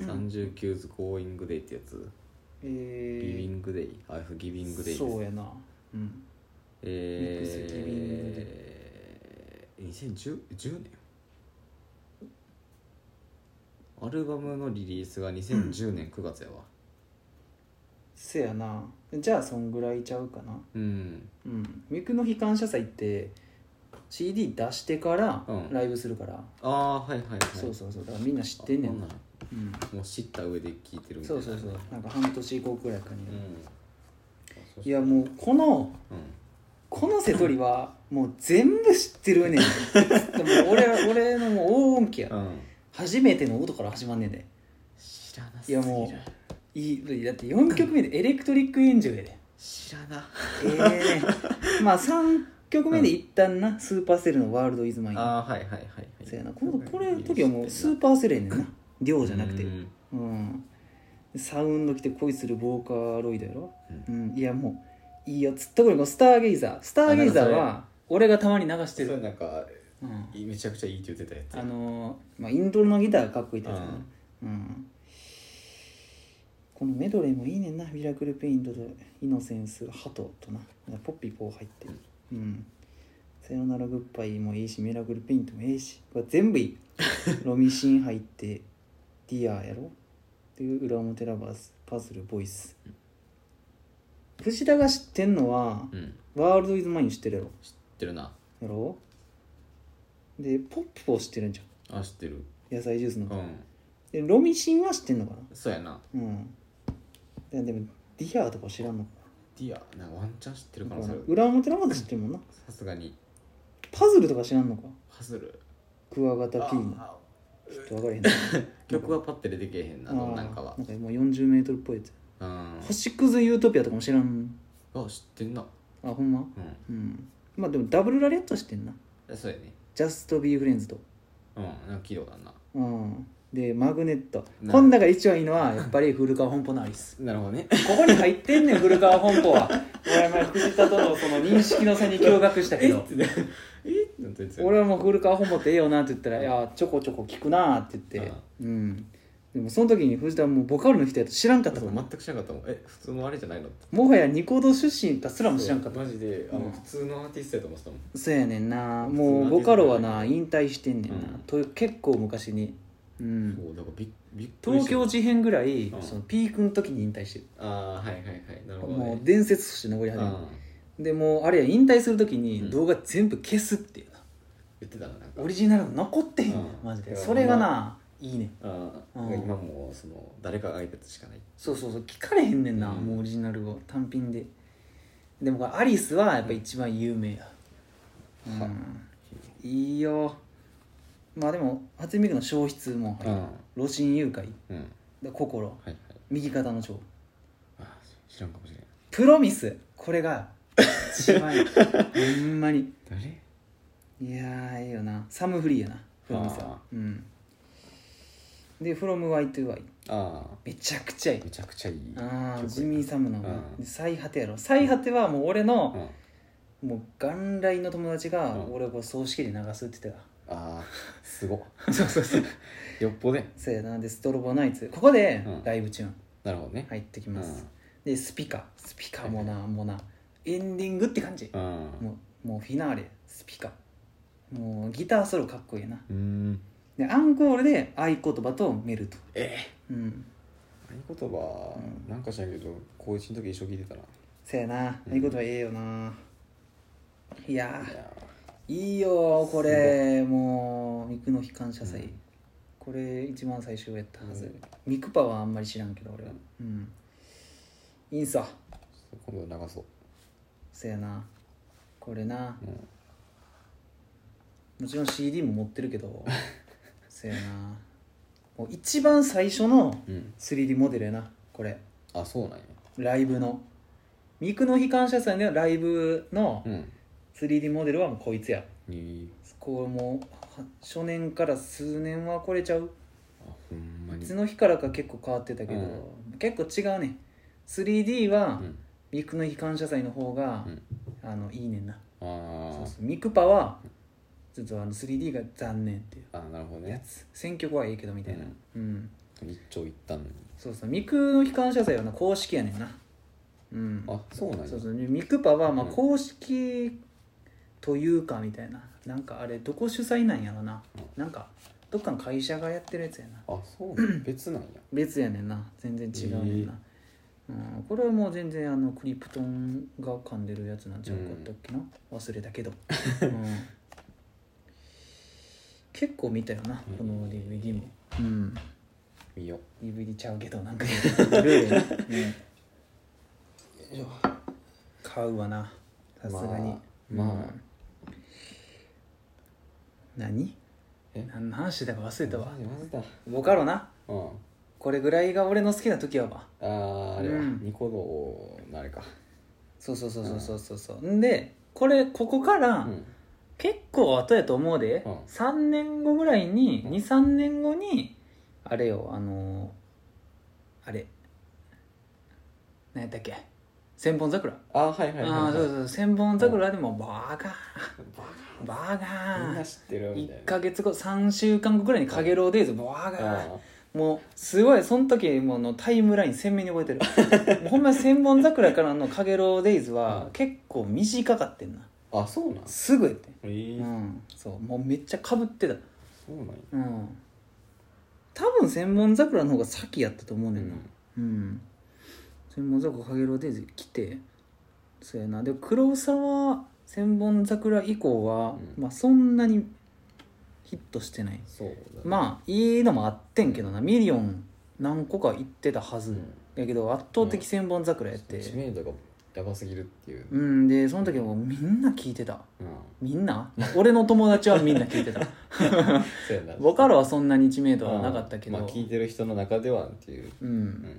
Speaker 2: 39ズゴーイングデイってやつ、
Speaker 1: え
Speaker 2: ギビ
Speaker 1: ー、
Speaker 2: ングデイあそうギビングデイです
Speaker 1: そうやなうんミックスギビング
Speaker 2: えー、2010 10年アルバムのリリースが2010年9月やわ
Speaker 1: せやなじゃあそんぐらいちゃうかな
Speaker 2: うん
Speaker 1: うん肉の日感謝祭って CD 出してから
Speaker 2: うん
Speaker 1: ライブするから、
Speaker 2: ああはいはいはい
Speaker 1: そうそうそうだからみんな知ってんねんな
Speaker 2: あこ
Speaker 1: うん
Speaker 2: なもう知った上で聞いてるみたい
Speaker 1: そ
Speaker 2: な
Speaker 1: うそうそうなんか半年後くらいかに、
Speaker 2: うん
Speaker 1: いやもうこの
Speaker 2: う
Speaker 1: この瀬戸りはもう全部知ってるねん でも俺ら俺のもう黄金期や
Speaker 2: ん、うん、
Speaker 1: 初めての音から始まんねんで
Speaker 2: 知らなす
Speaker 1: いやもういいだって4曲目で「エレクトリック・エンジェル」やで
Speaker 2: 知らな
Speaker 1: ええまあ3曲目で一旦な、スーパーセルの「ワールド・イズ・マイン」
Speaker 2: ああはいはいはいはい
Speaker 1: そうやなこのこれの時はもうスーパーセルやねんな量じゃなくて
Speaker 2: うん
Speaker 1: うんサウンド来て恋するボーカロイドやろ、
Speaker 2: う
Speaker 1: うん、いやもういいよつっとこれこのスターゲイザースターゲイザー
Speaker 2: あなん
Speaker 1: は俺がたまに流し
Speaker 2: そ
Speaker 1: て
Speaker 2: れ
Speaker 1: る、
Speaker 2: なんか
Speaker 1: うん、
Speaker 2: めちゃくちゃいいって言ってたやつ
Speaker 1: あのーまあ、イントロのギターがかっこいいってやつやな、うん、このメドレーもいいねんなミラクルペイントとイノセンスハトとなポッピーポー入ってるうんさよならグッバイもいいしミラクルペイントもいいしこれ全部 いいロミシン入ってディアーやろっていう裏表ラバースパズルボイス藤田が知ってんのは
Speaker 2: うん知っ
Speaker 1: 「ワールド・イズ・マイン」知ってるやろ
Speaker 2: てるな
Speaker 1: やろでポップを知ってるんじゃん
Speaker 2: あ知ってる
Speaker 1: 野菜ジュースの
Speaker 2: うん
Speaker 1: でロミシンは知ってんのか
Speaker 2: そうやな
Speaker 1: なうんいやでもディアーとか知らんのか
Speaker 2: ディアなんかワンチャン知ってるか
Speaker 1: な
Speaker 2: な
Speaker 1: だか
Speaker 2: そ
Speaker 1: ら
Speaker 2: れ
Speaker 1: 裏表のまで知ってるもんな
Speaker 2: さすがに
Speaker 1: パズルとか知らんのか
Speaker 2: ハズル
Speaker 1: クワガタピーナ
Speaker 2: あ
Speaker 1: ちょっと分からへんな
Speaker 2: 曲はパッて出てけえへんなあの
Speaker 1: あー
Speaker 2: なんかは
Speaker 1: なんかもう40メートルっぽいやつ
Speaker 2: うん
Speaker 1: 星屑ユートピアとかも知らん
Speaker 2: あ知ってんな
Speaker 1: あほんま
Speaker 2: う
Speaker 1: うんまあでもダブルラリアットは知ってんなん
Speaker 2: そうやね
Speaker 1: ジャストビーフレンズと
Speaker 2: うんなんか聞いたことあるな
Speaker 1: うんでマグネット
Speaker 2: な
Speaker 1: こん中で一番いいのはやっぱり古川本舗のアリス
Speaker 2: なるほどね
Speaker 1: ここに入ってんねん古川本舗 は俺前藤田とのその認識の差に驚愕したけど
Speaker 2: えなんて言ってた
Speaker 1: 俺はもう古川本舗ってええよなって言ったら「いやちょこちょこ聞くな」って言って
Speaker 2: ああ
Speaker 1: うんでもその時に藤田はもうボカロの人やと知らんかった
Speaker 2: そ
Speaker 1: か
Speaker 2: う
Speaker 1: らな
Speaker 2: 全く知らなかったもんえ普通のあれじゃないのって
Speaker 1: もはやニコ動出身かすらも知らんかった
Speaker 2: マジであ
Speaker 1: う
Speaker 2: の
Speaker 1: ん
Speaker 2: 普通のアーティストやと思ってたもん
Speaker 1: そうやねんなもうボカロはな引退してんねんな、
Speaker 2: うん
Speaker 1: という結構昔にうん
Speaker 2: そうだからびっびっくり
Speaker 1: 東
Speaker 2: した
Speaker 1: 京事変ぐらい、
Speaker 2: うん
Speaker 1: そのピークの時に引退してる、
Speaker 2: ああーはいはいはいなるほど
Speaker 1: も
Speaker 2: ね
Speaker 1: う伝説として残り
Speaker 2: う
Speaker 1: 始める
Speaker 2: ん
Speaker 1: でもうあれや引退する時
Speaker 2: う
Speaker 1: に
Speaker 2: ん
Speaker 1: 動画全部消すっていうな、
Speaker 2: 言ってたななんか
Speaker 1: オリジナルの残ってへんねん、
Speaker 2: うん
Speaker 1: マジで
Speaker 2: いや
Speaker 1: それがないいねん
Speaker 2: ああ、
Speaker 1: うん
Speaker 2: 今もうその誰かが挨拶しかない
Speaker 1: そうそうそう聞かれへんねんな、
Speaker 2: うん
Speaker 1: もうオリジナルを単品ででもこれアリスはやっぱ一番有名やうん、
Speaker 2: はい
Speaker 1: いよまあでも初音ミクの消失も入る露心誘拐
Speaker 2: うん、うん、
Speaker 1: で心
Speaker 2: はいはい
Speaker 1: 右肩の蝶
Speaker 2: あー知らんかもしれん
Speaker 1: プロミスこれが一番い いほんまに
Speaker 2: 誰
Speaker 1: いやーええよなサムフリーやなプロミスは
Speaker 2: あ
Speaker 1: うんで「FromY2Y」
Speaker 2: あ
Speaker 1: めちゃくちゃいい
Speaker 2: あめちゃくちゃいい
Speaker 1: ああ
Speaker 2: 曲
Speaker 1: ジミー・サムの
Speaker 2: うん
Speaker 1: で最果てやろ最果てはもう俺の、
Speaker 2: うん、あ
Speaker 1: もう元来の友達が
Speaker 2: うん
Speaker 1: 俺をこう葬式で流すって言ってた
Speaker 2: あすごっ
Speaker 1: そうそうそう
Speaker 2: よっぽどね
Speaker 1: そうやなでストロボナイツここで
Speaker 2: うん
Speaker 1: ライブチューン
Speaker 2: なるほどね
Speaker 1: 入ってきます、でスピカスピカもなもうなエンディングって感じ
Speaker 2: う、んうん
Speaker 1: もうもうフィナーレスピカもうギターソロかっこいいな
Speaker 2: うーん
Speaker 1: でアンコールで合言葉とメルト
Speaker 2: え
Speaker 1: うん
Speaker 2: え合言葉、
Speaker 1: うん
Speaker 2: なんか知らんけど高一の時一緒聞いてたな
Speaker 1: そやな
Speaker 2: うん
Speaker 1: 合言葉ええよな、いや
Speaker 2: いや
Speaker 1: ーいいよこれもう「肉の日感謝祭」
Speaker 2: うん
Speaker 1: これ一番最初やったはず、
Speaker 2: うん
Speaker 1: ミクパはあんまり知らんけど俺はうんいいんさ
Speaker 2: 今度流そう、
Speaker 1: そやなこれな
Speaker 2: うん、
Speaker 1: もちろん CD も持ってるけ どそやなもう一番最初の
Speaker 2: うん、
Speaker 1: 3D モデルやなこれ
Speaker 2: あそうなんや
Speaker 1: ライブのミクの悲観者祭のライブの
Speaker 2: うん
Speaker 1: 3D モデルはもうこいつや
Speaker 2: へえ
Speaker 1: こうもうは初年から数年はこれちゃう
Speaker 2: あほんま
Speaker 1: い
Speaker 2: に
Speaker 1: つの日からか結構変わってたけど、結構違うね 3D
Speaker 2: う
Speaker 1: は
Speaker 2: ん
Speaker 1: ミクの悲観者祭の方が、
Speaker 2: うん
Speaker 1: あのいいねんな
Speaker 2: あー
Speaker 1: そうそうミクパはちょっとあの 3D が残念っていう
Speaker 2: あなるほど
Speaker 1: や
Speaker 2: ね
Speaker 1: つ選曲はええけどみたいなうん
Speaker 2: 一長一短
Speaker 1: そうそうミクの機関車祭はな公式やねんなうん
Speaker 2: あそうなんや
Speaker 1: そうそうミクパはまあ
Speaker 2: うん
Speaker 1: 公式というかみたいななんかあれどこ主催なんやろな
Speaker 2: うん
Speaker 1: なんかどっかの会社がやってるやつやな
Speaker 2: あ そうなんや別なんや
Speaker 1: 別やねんな全然違うねんな、うん、これはもう全然あのクリプトンが噛んでるやつなんちゃうかったっけな、忘れた けど、うん、結構見たよなこの DVD もうん
Speaker 2: 見よ
Speaker 1: DVD ちゃうけどなん かブルーレイね
Speaker 2: うよ
Speaker 1: 買うわなさすがに
Speaker 2: まあまあ
Speaker 1: うん何
Speaker 2: え
Speaker 1: 何の話だか忘れたわ
Speaker 2: マジだ
Speaker 1: ボカロな
Speaker 2: うん
Speaker 1: これぐらいが俺の好きな時はわ
Speaker 2: あーあれは、
Speaker 1: うん
Speaker 2: ニコ動のあれか
Speaker 1: そうそうそうそうそうそうそうんでこれここから、
Speaker 2: うん
Speaker 1: 結構後やと思うで、
Speaker 2: うん
Speaker 1: 3年後ぐらいに、
Speaker 2: うん
Speaker 1: 23年後にあれよあのーあれ何やったっけ千本桜
Speaker 2: あーはいはいはい、はい、
Speaker 1: ああそうそう千本桜でもバーガー
Speaker 2: バ
Speaker 1: バー
Speaker 2: カみん
Speaker 1: ガ
Speaker 2: な
Speaker 1: ー
Speaker 2: 知ってるみたい
Speaker 1: 1
Speaker 2: な
Speaker 1: か月後3週間後ぐらいに「かげろうデイズ」バーガー
Speaker 2: あ
Speaker 1: もうすごいその時もうのタイムライン鮮明に覚えてる もうほんまに千本桜からの「かげろうデイズ」は
Speaker 2: うん
Speaker 1: 結構短かってんな
Speaker 2: ーあそうなん
Speaker 1: すぐやって
Speaker 2: え
Speaker 1: う
Speaker 2: ー
Speaker 1: んそうもうめっちゃかぶってた
Speaker 2: そうなんや
Speaker 1: うん多分千本桜の方が先やったと思う
Speaker 2: う
Speaker 1: ねんなんうん千本桜かげろうデイズ来てそうやなで黒沢千本桜以降は、
Speaker 2: うん
Speaker 1: まあそんなにヒットしてない
Speaker 2: そうだね
Speaker 1: まあいいのもあってんけどなミリオン何個か行ってたはず、
Speaker 2: うん
Speaker 1: やけど圧倒的千本桜やって
Speaker 2: 知名度がやばすぎるっていう
Speaker 1: うん、でその時はもうみんな聞いてた
Speaker 2: うん
Speaker 1: みんな俺の友達はみんな聞いてた
Speaker 2: そうやな
Speaker 1: ボカロはそんなに知名度はなかったけど、
Speaker 2: まあ聞いてる人の中ではっていう
Speaker 1: う、
Speaker 2: うんん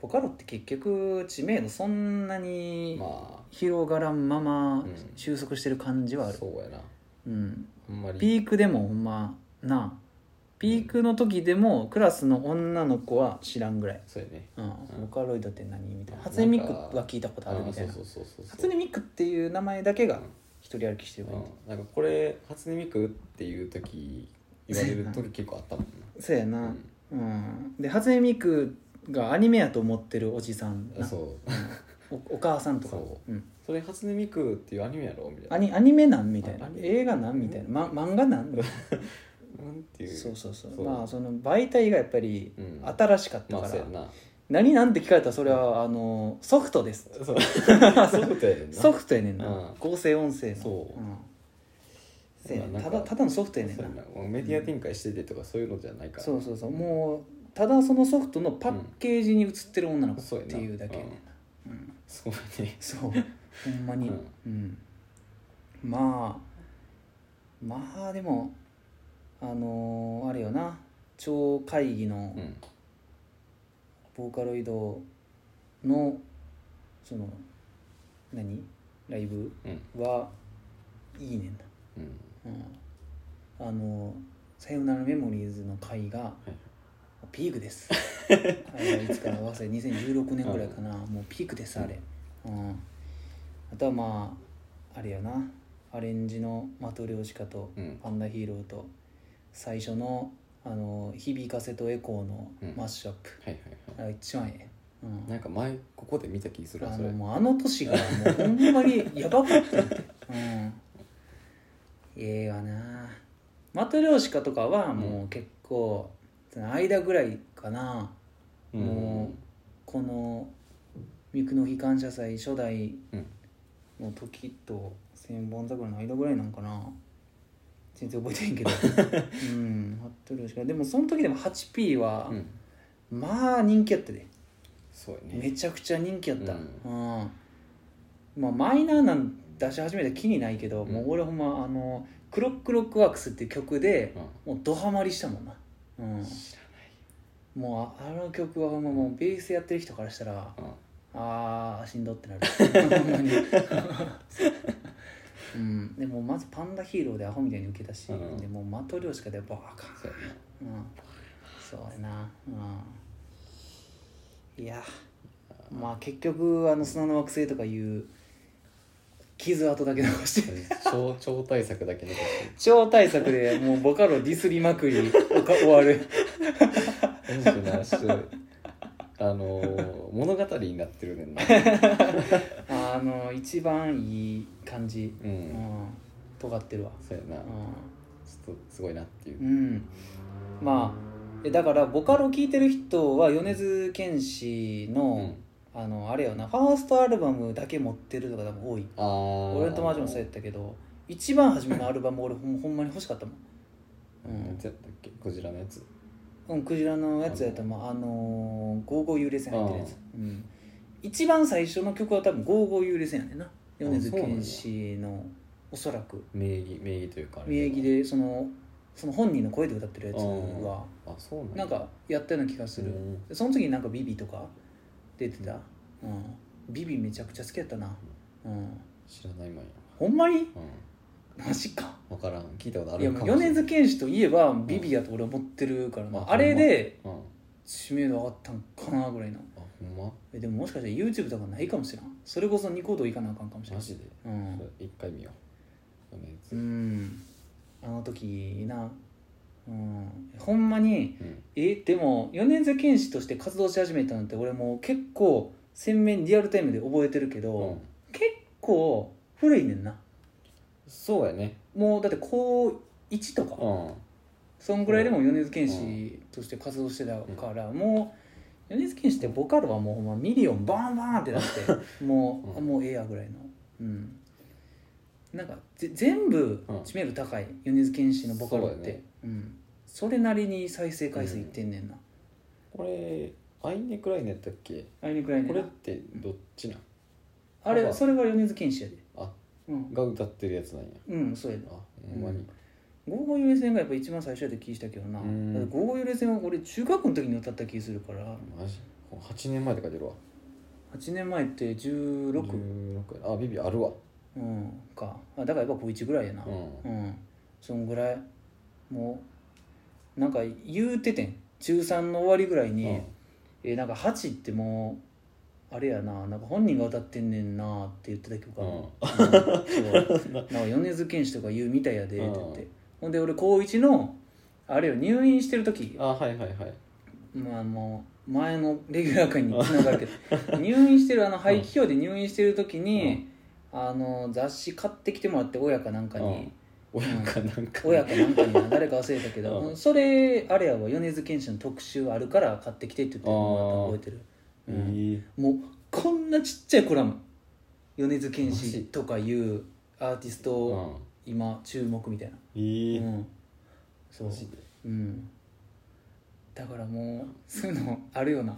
Speaker 1: ボカロって結局知名度そんなに
Speaker 2: ま
Speaker 1: 広がらんまま
Speaker 2: うん
Speaker 1: 収束してる感じはあ
Speaker 2: あ
Speaker 1: る、
Speaker 2: そうやな
Speaker 1: うん、
Speaker 2: あんまり
Speaker 1: ピークでもほんまなピークの時でもクラスの女の子は知らんぐらい、
Speaker 2: そうやね
Speaker 1: うん、ボカロイドって何みたいな
Speaker 2: なんか
Speaker 1: 初音ミクは聞いたことあるみたいな
Speaker 2: そうそうそうそう
Speaker 1: 初音ミクっていう名前だけが
Speaker 2: うん
Speaker 1: 一人歩きしてるから
Speaker 2: うんなんかこれ初音ミクっていう時言われる時結構あったもん
Speaker 1: そうや
Speaker 2: な
Speaker 1: な、うん、で初音ミクがアニメやと思ってるおじさん
Speaker 2: うん
Speaker 1: な
Speaker 2: そう
Speaker 1: おお母さんとか
Speaker 2: そ
Speaker 1: うん
Speaker 2: それ初音ミクっていうアニメやろみた
Speaker 1: ア
Speaker 2: いな
Speaker 1: ニアニメなんみたいな
Speaker 2: あアニメ
Speaker 1: 映画なんみたいな、ま、漫画なん
Speaker 2: なんていう
Speaker 1: そうそうそう
Speaker 2: そう
Speaker 1: まあその媒体がやっぱり
Speaker 2: うん
Speaker 1: 新しかった
Speaker 2: ま
Speaker 1: か
Speaker 2: あそう
Speaker 1: ら、
Speaker 2: やな
Speaker 1: 何なんて聞かれたらそれはあのソフト です
Speaker 2: そうそうことやねんな
Speaker 1: ソフトやねんな、
Speaker 2: うん
Speaker 1: 合成音声の
Speaker 2: そう
Speaker 1: うんせやねん
Speaker 2: なんか
Speaker 1: ただただのソフトやねん
Speaker 2: そ
Speaker 1: な
Speaker 2: うやなもうメディア展開しててとかそういうのじゃないから
Speaker 1: そうそうそうもうただそのソフトのパッケージに映ってる女の子っ
Speaker 2: そうや
Speaker 1: て
Speaker 2: な
Speaker 1: いうだけやねんな、うん
Speaker 2: そうやね
Speaker 1: そうほんまに、う
Speaker 2: うんん
Speaker 1: まあまあでもあのーあれよな超会議の
Speaker 2: うん
Speaker 1: ボーカロイドのその何ライブ
Speaker 2: うん
Speaker 1: はいいねんな、
Speaker 2: うん
Speaker 1: うん、あのーさよならメモリーズ」の回が
Speaker 2: い
Speaker 1: ピークですあれはいつから忘れ2016年ぐらいかなもうピークですあれ、うん、あとはまああれやなアレンジのマトリョーシカと
Speaker 2: うん
Speaker 1: パンダヒーローと最初のあの響かせとエコーの
Speaker 2: うん
Speaker 1: マッシュアップ、
Speaker 2: はいはいは
Speaker 1: あれ一番ええ、うん
Speaker 2: いなんか前ここで見た気するわ
Speaker 1: あ
Speaker 2: それ
Speaker 1: のもうあの年がもうほんまにやばかったって、うん、ええわなマトリョーシカとかはもう結構、その間ぐらいかな
Speaker 2: うん
Speaker 1: もこの三久野悲観者祭初代
Speaker 2: うん
Speaker 1: の時と 千本桜の間ぐらいなんかな全然覚えてへんけどうんマトリオしかでもその時でも 8P は、
Speaker 2: うん、
Speaker 1: まあ人気やったで
Speaker 2: そうやね
Speaker 1: めちゃくちゃ人気やった、
Speaker 2: う
Speaker 1: うんまあ、マイナーなん出し始めた気にないけど、
Speaker 2: うん
Speaker 1: もう俺ほんまあの「クロックロックワークス」っていう曲で
Speaker 2: うん
Speaker 1: もうドハマりしたもんな、うん、
Speaker 2: 知らない
Speaker 1: もうああの曲はほんまもうベースやってる人からしたら
Speaker 2: うん
Speaker 1: あーしんどってな るほんまにうん、でもまずパンダヒーローでアホみたいに受けたし、
Speaker 2: うん
Speaker 1: でもうマトリョーシカでバーカン
Speaker 2: そうやね
Speaker 1: うん、そうやな、うん、いやまあ結局あの砂の惑星とかいう傷跡だけ残して
Speaker 2: 超超対策だけ残して
Speaker 1: 超対策でもうボカロディスりまくりおか終わる
Speaker 2: 音楽の話あのー物語になってるねんな、
Speaker 1: あの一番いい感じ、
Speaker 2: う
Speaker 1: うん
Speaker 2: ん、
Speaker 1: 尖ってるわ
Speaker 2: そうやなちょっとすごいなっていう
Speaker 1: うん、うん、まあえだからボカロ聴いてる人は米津玄師
Speaker 2: う
Speaker 1: の、あのあれよなファーストアルバムだけ持ってるとか多分多い
Speaker 2: ああ
Speaker 1: 俺の友達もそうやったけど一番初めのアルバム俺ほんほんまに欲しかったもん
Speaker 2: 何やったっけこちらのやつ
Speaker 1: うん、うん、クジラのやつやったもんあのー「ゴーゴー幽霊船」入ってるやつ、うん、一番最初の曲は多分「ゴーゴー幽霊船」やねんな米津玄師のおそらく
Speaker 2: 名義名義というかあれ
Speaker 1: 名義でそのその本人の声で歌ってるやつは
Speaker 2: あそうなんや
Speaker 1: なんかやったような気がする、
Speaker 2: うん
Speaker 1: その時になんかビビとか出てた、うん、ビビめちゃくちゃ好きやったな、うん、
Speaker 2: 知らないもんや
Speaker 1: ほんまに
Speaker 2: う
Speaker 1: マジか
Speaker 2: ん分からん聞いたことあ
Speaker 1: いや
Speaker 2: る
Speaker 1: も
Speaker 2: か
Speaker 1: う
Speaker 2: もしれ
Speaker 1: 米
Speaker 2: な
Speaker 1: 津
Speaker 2: い
Speaker 1: 玄師といえばビビやと俺思ってるからな、
Speaker 2: うん
Speaker 1: あれで
Speaker 2: うんあ
Speaker 1: 知名度上がったんかなぐらいの
Speaker 2: ほんま
Speaker 1: えでももしかしたら YouTube とかないかもしれんそれこそニコ動行かなあかんかもしれ
Speaker 2: マ
Speaker 1: ん
Speaker 2: ジで
Speaker 1: うん
Speaker 2: ちょっと一回見よう米
Speaker 1: う
Speaker 2: 津
Speaker 1: んあの時なうんほんまに
Speaker 2: うん
Speaker 1: えでも米津玄師として活動し始めたのって俺もう結構鮮明にリアルタイムで覚えてるけど、
Speaker 2: うん
Speaker 1: 結構古いねんな
Speaker 2: そうやね
Speaker 1: もうだって高1とか、
Speaker 2: うん
Speaker 1: そんぐらいでも米津玄師として活動してたから、もう米津玄師ってボカロはもうほんまミリオンバーンバーンってなって もう、
Speaker 2: うん
Speaker 1: もうええやぐらいのうんなんかぜ全部
Speaker 2: うん
Speaker 1: 知名度高い米津玄師のボカロっ
Speaker 2: そう
Speaker 1: てそ,、
Speaker 2: だね
Speaker 1: うん、それなりに再生回数いってんねんな、
Speaker 2: これアイネクライネやったっけ
Speaker 1: あれにくらいね
Speaker 2: これってどっちなん
Speaker 1: あれ
Speaker 2: 幅
Speaker 1: それは米津玄師やで
Speaker 2: あ
Speaker 1: うん、
Speaker 2: が歌ってるやつなんや
Speaker 1: うん、そうやな
Speaker 2: あほんまに
Speaker 1: 「ゴーゴーゆれ戦」がやっぱ一番最初やで聞いたけどな「
Speaker 2: うん
Speaker 1: だってゴーゴーゆれ戦」は俺中学の時に歌った気するから
Speaker 2: マジこれ8年前って書いてるわ
Speaker 1: 8年前って16
Speaker 2: 16やあビビあるわ
Speaker 1: うんかあだからやっぱ高一ぐらいやな
Speaker 2: う
Speaker 1: うん、
Speaker 2: ん
Speaker 1: そんぐらいもうなんか言うててん中3の終わりぐらいに、
Speaker 2: うん
Speaker 1: えーなんか8ってもうあれやななんか本人が歌ってんねんなって言ってた曲
Speaker 2: う
Speaker 1: かな、
Speaker 2: ん
Speaker 1: そうなんか米津玄師とか言うみたいやでって言って、
Speaker 2: うん
Speaker 1: ほんで俺高一のあれよ入院してる時
Speaker 2: あはいはいはい
Speaker 1: まあもう前のレギュラー会につながるけど入院してるあの肺気胸で入院してる時に、あの雑誌買ってきてもらって親かなんかに、
Speaker 2: 親かなんか
Speaker 1: 親かなんかにな誰か忘れたけど、
Speaker 2: うん
Speaker 1: それあれやわ米津玄師の特集あるから買ってきてって言ってもらったの覚えてる、
Speaker 2: え
Speaker 1: うん
Speaker 2: ー
Speaker 1: もうこんなちっちゃいコラム米津玄
Speaker 2: マジ
Speaker 1: 師とかいうアーティス
Speaker 2: う
Speaker 1: ト
Speaker 2: ん
Speaker 1: 今注目みたいな、
Speaker 2: え
Speaker 1: う
Speaker 2: ー
Speaker 1: ん、そう
Speaker 2: マジで
Speaker 1: うんだからもうそういうのある よな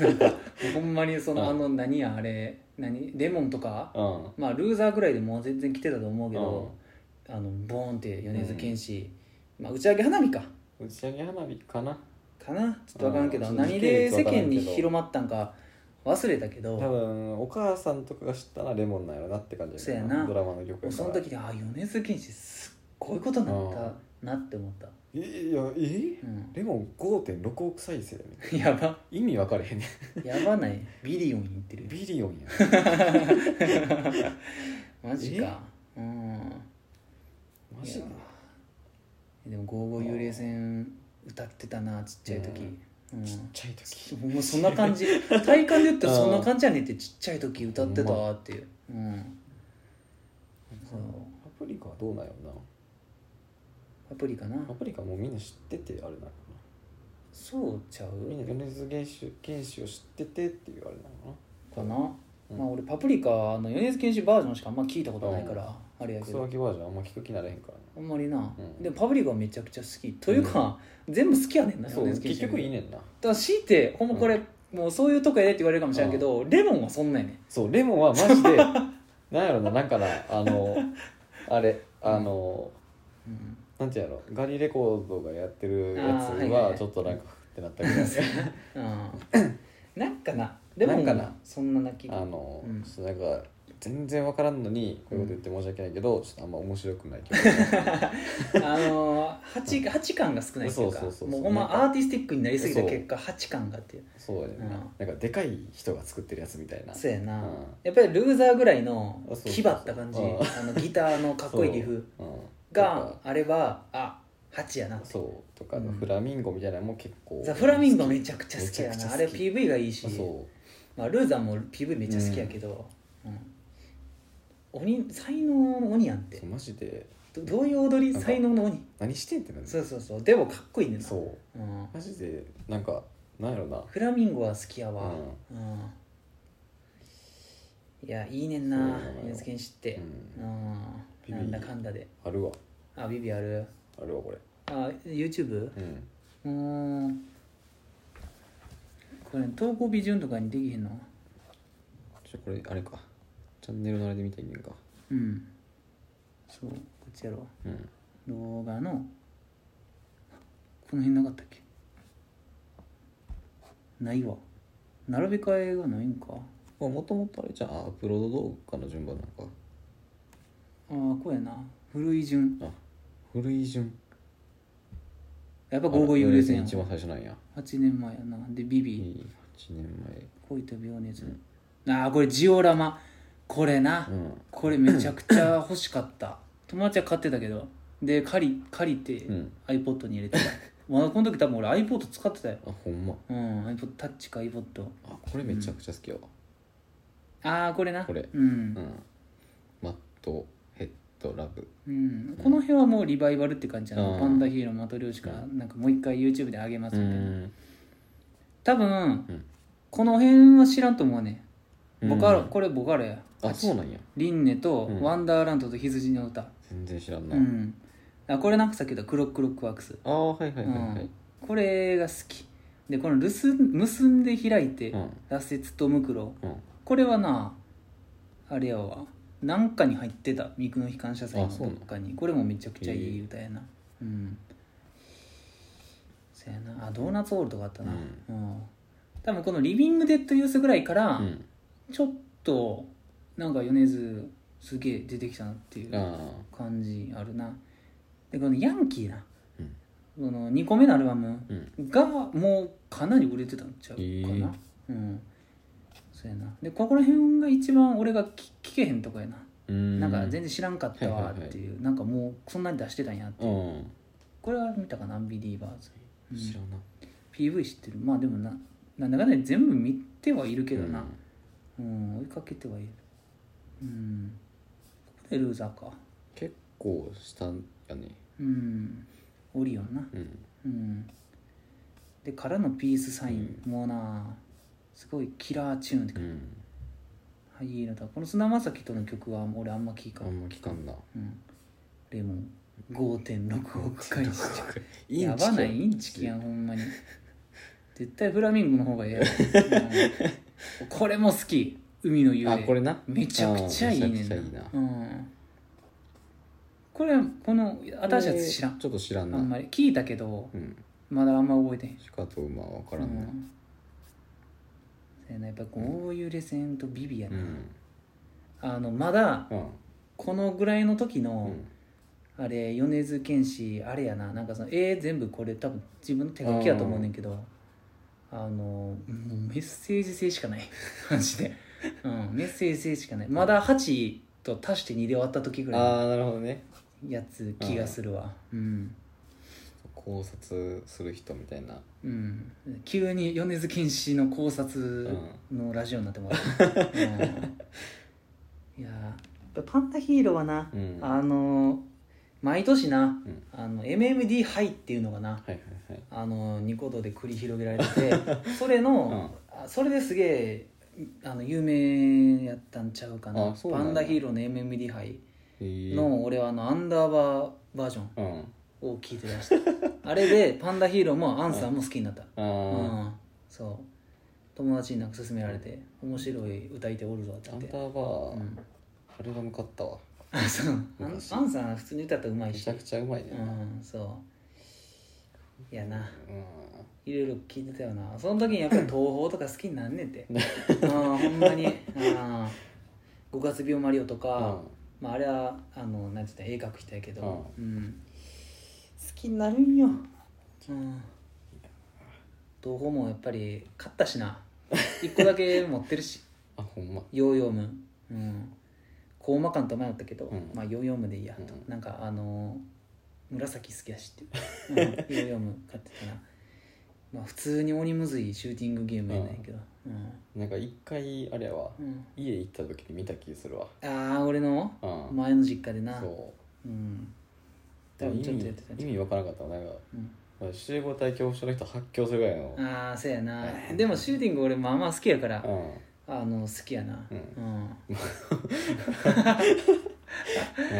Speaker 1: なんかほんまにそのあの何やあれ何レモンとか
Speaker 2: うん
Speaker 1: まあルーザーぐらいでもう全然来てたと思うけ
Speaker 2: うん
Speaker 1: どあのボーンって米津玄師、まあ、打ち上げ花火か
Speaker 2: 打ち上げ花火かな
Speaker 1: かなちょっと分からんけど
Speaker 2: うん
Speaker 1: 何で
Speaker 2: ちょっ
Speaker 1: 世
Speaker 2: と時系列わから
Speaker 1: 間
Speaker 2: んけ
Speaker 1: に
Speaker 2: ど
Speaker 1: 広まったんか忘れたけ
Speaker 2: 多
Speaker 1: ど
Speaker 2: 分お母さんとかが知ったらレモンなんやろなって感じ
Speaker 1: そうやな
Speaker 2: ドラマの曲やか
Speaker 1: そ
Speaker 2: ら
Speaker 1: の時にああ米津玄師すっごいことになったなって思った、
Speaker 2: えーいやえー
Speaker 1: うん、
Speaker 2: レモン5.6億再 生やね
Speaker 1: やば
Speaker 2: 意味分かれへんね
Speaker 1: やばないビリオンいってる
Speaker 2: ビリオンや
Speaker 1: マジかうん
Speaker 2: マジで
Speaker 1: いやーでも「ゴーゴー幽霊船」歌ってたなちっちゃい時、うん
Speaker 2: ちっちゃい時
Speaker 1: もうそんな感 じ体感で言ったらそんな感じやねんってちっちゃい時歌ってたわっていう、うん、そう
Speaker 2: パプリカはどうなんやろ
Speaker 1: パプリかな
Speaker 2: なパプリカもうみんな知っててあれなのかな
Speaker 1: そうちゃう
Speaker 2: み
Speaker 1: ん
Speaker 2: な米津玄師玄師を知っててっていうあれなのかな
Speaker 1: かな、
Speaker 2: うん
Speaker 1: まあ俺パプリカの米津玄師バージョンしかあんま聞いたことないから、あれや
Speaker 2: ク
Speaker 1: け
Speaker 2: ソ
Speaker 1: ど
Speaker 2: ガキバージョンあんま聞く気なれへんから
Speaker 1: あんまりな、
Speaker 2: うん
Speaker 1: でもパブリがめちゃくちゃ好きというか、全部好きやねんな
Speaker 2: なそう
Speaker 1: 米津玄
Speaker 2: 結
Speaker 1: 師の
Speaker 2: 局いいねんな
Speaker 1: だから強いてほんまこれ、もうそういうとこやでって言われるかもしれんけど、レモンはそんなんやねん
Speaker 2: そうレモンはマジで なんやろななんかなあのあれあの、
Speaker 1: うん
Speaker 2: なんていうやろガリレコードがやってるや
Speaker 1: あーは
Speaker 2: つ
Speaker 1: いはいは
Speaker 2: はいちょっとなんかふってなったぐらい
Speaker 1: うんなんかなレモン
Speaker 2: な
Speaker 1: が
Speaker 2: んかな
Speaker 1: そんな泣き
Speaker 2: あの、
Speaker 1: うん
Speaker 2: ちょっとなんか全然わからんのにこういうこと言って申し訳ないけど、ちょっとあんま面白くない曲
Speaker 1: あの八八感が少ないっていうか
Speaker 2: そうそうそうそ
Speaker 1: も
Speaker 2: う
Speaker 1: うほん
Speaker 2: なん
Speaker 1: ま
Speaker 2: か
Speaker 1: アーティスティックになりすぎた
Speaker 2: そう
Speaker 1: 結果八感がっていう
Speaker 2: そうやねんな,、
Speaker 1: うん
Speaker 2: なんかでかい人が作ってるやつみたいな
Speaker 1: そうやな、
Speaker 2: うん
Speaker 1: やっぱりルーザーぐらいの
Speaker 2: あそうそうそう
Speaker 1: 気張った感じ
Speaker 2: うん
Speaker 1: あのギターのかっこいいリフ
Speaker 2: そううん
Speaker 1: があればあ八やなって
Speaker 2: そうとか
Speaker 1: うん
Speaker 2: フラミンゴみたいなのも結構
Speaker 1: ザ・フラミンゴめちゃくちゃ好きや
Speaker 2: めちゃくちゃ
Speaker 1: な
Speaker 2: 好き
Speaker 1: あれ PV がいいし
Speaker 2: そ
Speaker 1: まあ、ルーザーも PV めっちゃ好きやけど、うん鬼才能の鬼やんっ
Speaker 2: う
Speaker 1: て
Speaker 2: そうマジで
Speaker 1: どどういう踊り
Speaker 2: なんか
Speaker 1: 才能の鬼
Speaker 2: 何してんってなる
Speaker 1: そうそうそうでもかっこいいねんな
Speaker 2: そう
Speaker 1: うん、
Speaker 2: マジでなんかなんやろな
Speaker 1: フラミンゴは好きやわ、うんいやいいねん
Speaker 2: そう
Speaker 1: な
Speaker 2: なのよ
Speaker 1: 米津玄師って
Speaker 2: う
Speaker 1: うんん、
Speaker 2: ビビ
Speaker 1: なんだかんだで
Speaker 2: あるわ
Speaker 1: あビビある
Speaker 2: あるわこれ
Speaker 1: あ YouTube? う
Speaker 2: うん
Speaker 1: ーんこれ投稿ビジュンとかにできへんの
Speaker 2: ちょこれあれかチャンネルのあれで見てみるか
Speaker 1: うんそうこっちやろう
Speaker 2: うん
Speaker 1: 動画のこの辺なかったっけないわ並べ替えがないんかあ
Speaker 2: もともとあれじゃんあアップロード動画の順番なのか
Speaker 1: あこうやな古い順
Speaker 2: あ古い順
Speaker 1: やっぱ55幽霊
Speaker 2: あ
Speaker 1: 戦
Speaker 2: 一番最初なんや
Speaker 1: 8年前やなでビビ
Speaker 2: 8年
Speaker 1: 恋と病熱、ああこれジオラマこれな、
Speaker 2: 前うん
Speaker 1: これめちゃくちゃ欲しかった 友達は買ってたけどで借り借りて
Speaker 2: うん
Speaker 1: iPod に入れ てた、まだこの時多分俺 iPod 使ってたよ
Speaker 2: あほんま
Speaker 1: うん iPod タッチか iPod
Speaker 2: あこれめちゃくちゃ好きやわ
Speaker 1: ああこれな
Speaker 2: これ
Speaker 1: うん
Speaker 2: うんマットヘッドラブ
Speaker 1: うん、この辺はもうリバイバルって感じなの、
Speaker 2: うん
Speaker 1: パンダヒーローマトリョーシカなんかもう一回 YouTube で上げますみたいな、
Speaker 2: ん
Speaker 1: 多分、
Speaker 2: ん
Speaker 1: この辺は知らんと思うねボカロ、
Speaker 2: うん
Speaker 1: これボカロや
Speaker 2: あそうなんや
Speaker 1: リンネと
Speaker 2: うん
Speaker 1: ワンダーランドと羊の歌
Speaker 2: 全然知らん
Speaker 1: う、
Speaker 2: なん
Speaker 1: あこれなんかさっき言ったクロックロックワークス、
Speaker 2: ああはいはいはいは
Speaker 1: う
Speaker 2: い
Speaker 1: んこれが好きでこのルス結んで開いて、
Speaker 2: うん
Speaker 1: 羅刹とムクロ
Speaker 2: うん
Speaker 1: これはなあれやわなんかに入ってた「三の機関車祭」の
Speaker 2: あそう
Speaker 1: ど
Speaker 2: な
Speaker 1: っ
Speaker 2: の
Speaker 1: かにこれもめちゃくちゃいい歌やな、うんそやなあドーナツホールとかあったな、
Speaker 2: う
Speaker 1: うん多分この「リビング・デッド・ユース」ぐらいから、
Speaker 2: うん
Speaker 1: ちょっとなんか米津すげえ出てきたなっていう
Speaker 2: あ
Speaker 1: 感じあるなでこの「ヤンキーな」
Speaker 2: うん
Speaker 1: この2個目のアルバム
Speaker 2: ーうん
Speaker 1: がもうかなり売れてたんちゃうかな、
Speaker 2: へー
Speaker 1: うんそうやなでここら辺が一番俺がき聞けへんとこやな、
Speaker 2: うん
Speaker 1: なんか全然知らんかったわ
Speaker 2: はい
Speaker 1: っ
Speaker 2: はいはい
Speaker 1: ていう、なんかもうそんなに出してたんやっていう、
Speaker 2: うん
Speaker 1: これは見たかなアンビリーバーズ、うん
Speaker 2: 知らんな
Speaker 1: PV 知ってるまあでもななんだかんだで全部見てはいるけどな、うん追いかけてはいるうんここでルーザーか
Speaker 2: 結構したんやね
Speaker 1: うんオリオンな
Speaker 2: うん
Speaker 1: うんでからのピースサイン、もうなすごいキラーチューンって
Speaker 2: う
Speaker 1: 感じ、
Speaker 2: ん
Speaker 1: ハイエナだこの菅田将暉との曲は俺あんま聞か
Speaker 2: あ
Speaker 1: ん、
Speaker 2: んま聞かんな
Speaker 1: うん、レモン5.6億回視聴
Speaker 2: イ
Speaker 1: や
Speaker 2: ンチキ
Speaker 1: ばないインチキやんほんまに絶対フラミンゴの方がええ やろ、うんこれも好き海の幽
Speaker 2: あ
Speaker 1: 霊
Speaker 2: これな
Speaker 1: めちゃくちゃいい
Speaker 2: あーめ
Speaker 1: ね
Speaker 2: ち
Speaker 1: ん
Speaker 2: ゃ
Speaker 1: な
Speaker 2: くちゃいいな
Speaker 1: うん、これこの私は知らん
Speaker 2: ちょっと知らん
Speaker 1: あん
Speaker 2: な
Speaker 1: まり聞いたけど
Speaker 2: うん
Speaker 1: まだあんま覚えてへん
Speaker 2: しかと馬は分か
Speaker 1: う
Speaker 2: らんなん
Speaker 1: そうやなやっぱこういうレセンとビビや
Speaker 2: う
Speaker 1: な、
Speaker 2: ん
Speaker 1: あのまだ
Speaker 2: うん
Speaker 1: このぐらいの時
Speaker 2: う
Speaker 1: の、
Speaker 2: ん
Speaker 1: あれ米津玄師あれやななんかその絵全部これ多分自分の手書きやと思うねんけどあのもうメッセージ性し かないマジで、うん、メッセージ性しかないまだ8と足して2で終わった時ぐらい
Speaker 2: ああなるほどね
Speaker 1: のやつ気がするわうん、
Speaker 2: 考察する人みたいな
Speaker 1: うん、急に米津玄師の考察のラジオになってもらう、 うんいやーパンダヒーローはな、
Speaker 2: うんは
Speaker 1: あのー毎年な、
Speaker 2: うん
Speaker 1: あの MMD ハイっていうのがない
Speaker 2: はいはい
Speaker 1: あのニコ動で繰り広げられてて それの、あそれですげえあの有名やったんちゃうかな
Speaker 2: あそうな
Speaker 1: パ
Speaker 2: んや
Speaker 1: ンダヒーローの MMD 杯
Speaker 2: えへえ
Speaker 1: の俺はあのアンダーバーバージョン
Speaker 2: うん
Speaker 1: を聞いてました あれでパンダヒーローもアンサーも好きになった
Speaker 2: あ
Speaker 1: う
Speaker 2: ー
Speaker 1: んそう友達になんか勧められて面白い歌い手おるぞって
Speaker 2: ア
Speaker 1: 言っ
Speaker 2: ン
Speaker 1: て
Speaker 2: ダーバ
Speaker 1: う
Speaker 2: ー
Speaker 1: ん
Speaker 2: アルバム買ったわ
Speaker 1: あ そうアン
Speaker 2: 昔
Speaker 1: アンさん普通に歌ったらうまい
Speaker 2: め
Speaker 1: し
Speaker 2: ちゃくちゃうまいね
Speaker 1: うんそういやな
Speaker 2: うん
Speaker 1: いろいろ聞いてたよなその時にやっぱり東宝とか好きになんねん てああほんまにああ五月病マリオとか、
Speaker 2: うん
Speaker 1: まあ、あれはあのなんて言ったら鋭角したやけど、うん、
Speaker 2: 好きになるんよ
Speaker 1: うん、東宝もやっぱり買ったしな一個だけ持ってるし
Speaker 2: あほんま
Speaker 1: ヨーヨームうんコーマ感と迷ったけど、
Speaker 2: うん
Speaker 1: まあヨーヨームでいいやと、
Speaker 2: うん
Speaker 1: なんかあのー紫好きやしっていう、うん、ヨ ーヨーム買ってたらまあ普通に鬼むずいシューティングゲームやないけど、うん
Speaker 2: なんか一回あれやわ
Speaker 1: うん
Speaker 2: 家行った時に見た気するわ
Speaker 1: ああ俺の
Speaker 2: うん
Speaker 1: 前の実家でな、
Speaker 2: そう
Speaker 1: ん、
Speaker 2: う
Speaker 1: 多
Speaker 2: 意
Speaker 1: 分
Speaker 2: 味
Speaker 1: ちょっとやってたんち
Speaker 2: 意
Speaker 1: ゃう
Speaker 2: 味わからなかったわなんか
Speaker 1: うん
Speaker 2: 集合体恐怖症の人発狂するぐらいの
Speaker 1: ああそうやな
Speaker 2: うん
Speaker 1: でもシューティング俺まあまあ好きやから
Speaker 2: うん
Speaker 1: あの好きやな
Speaker 2: うん
Speaker 1: うん
Speaker 2: ま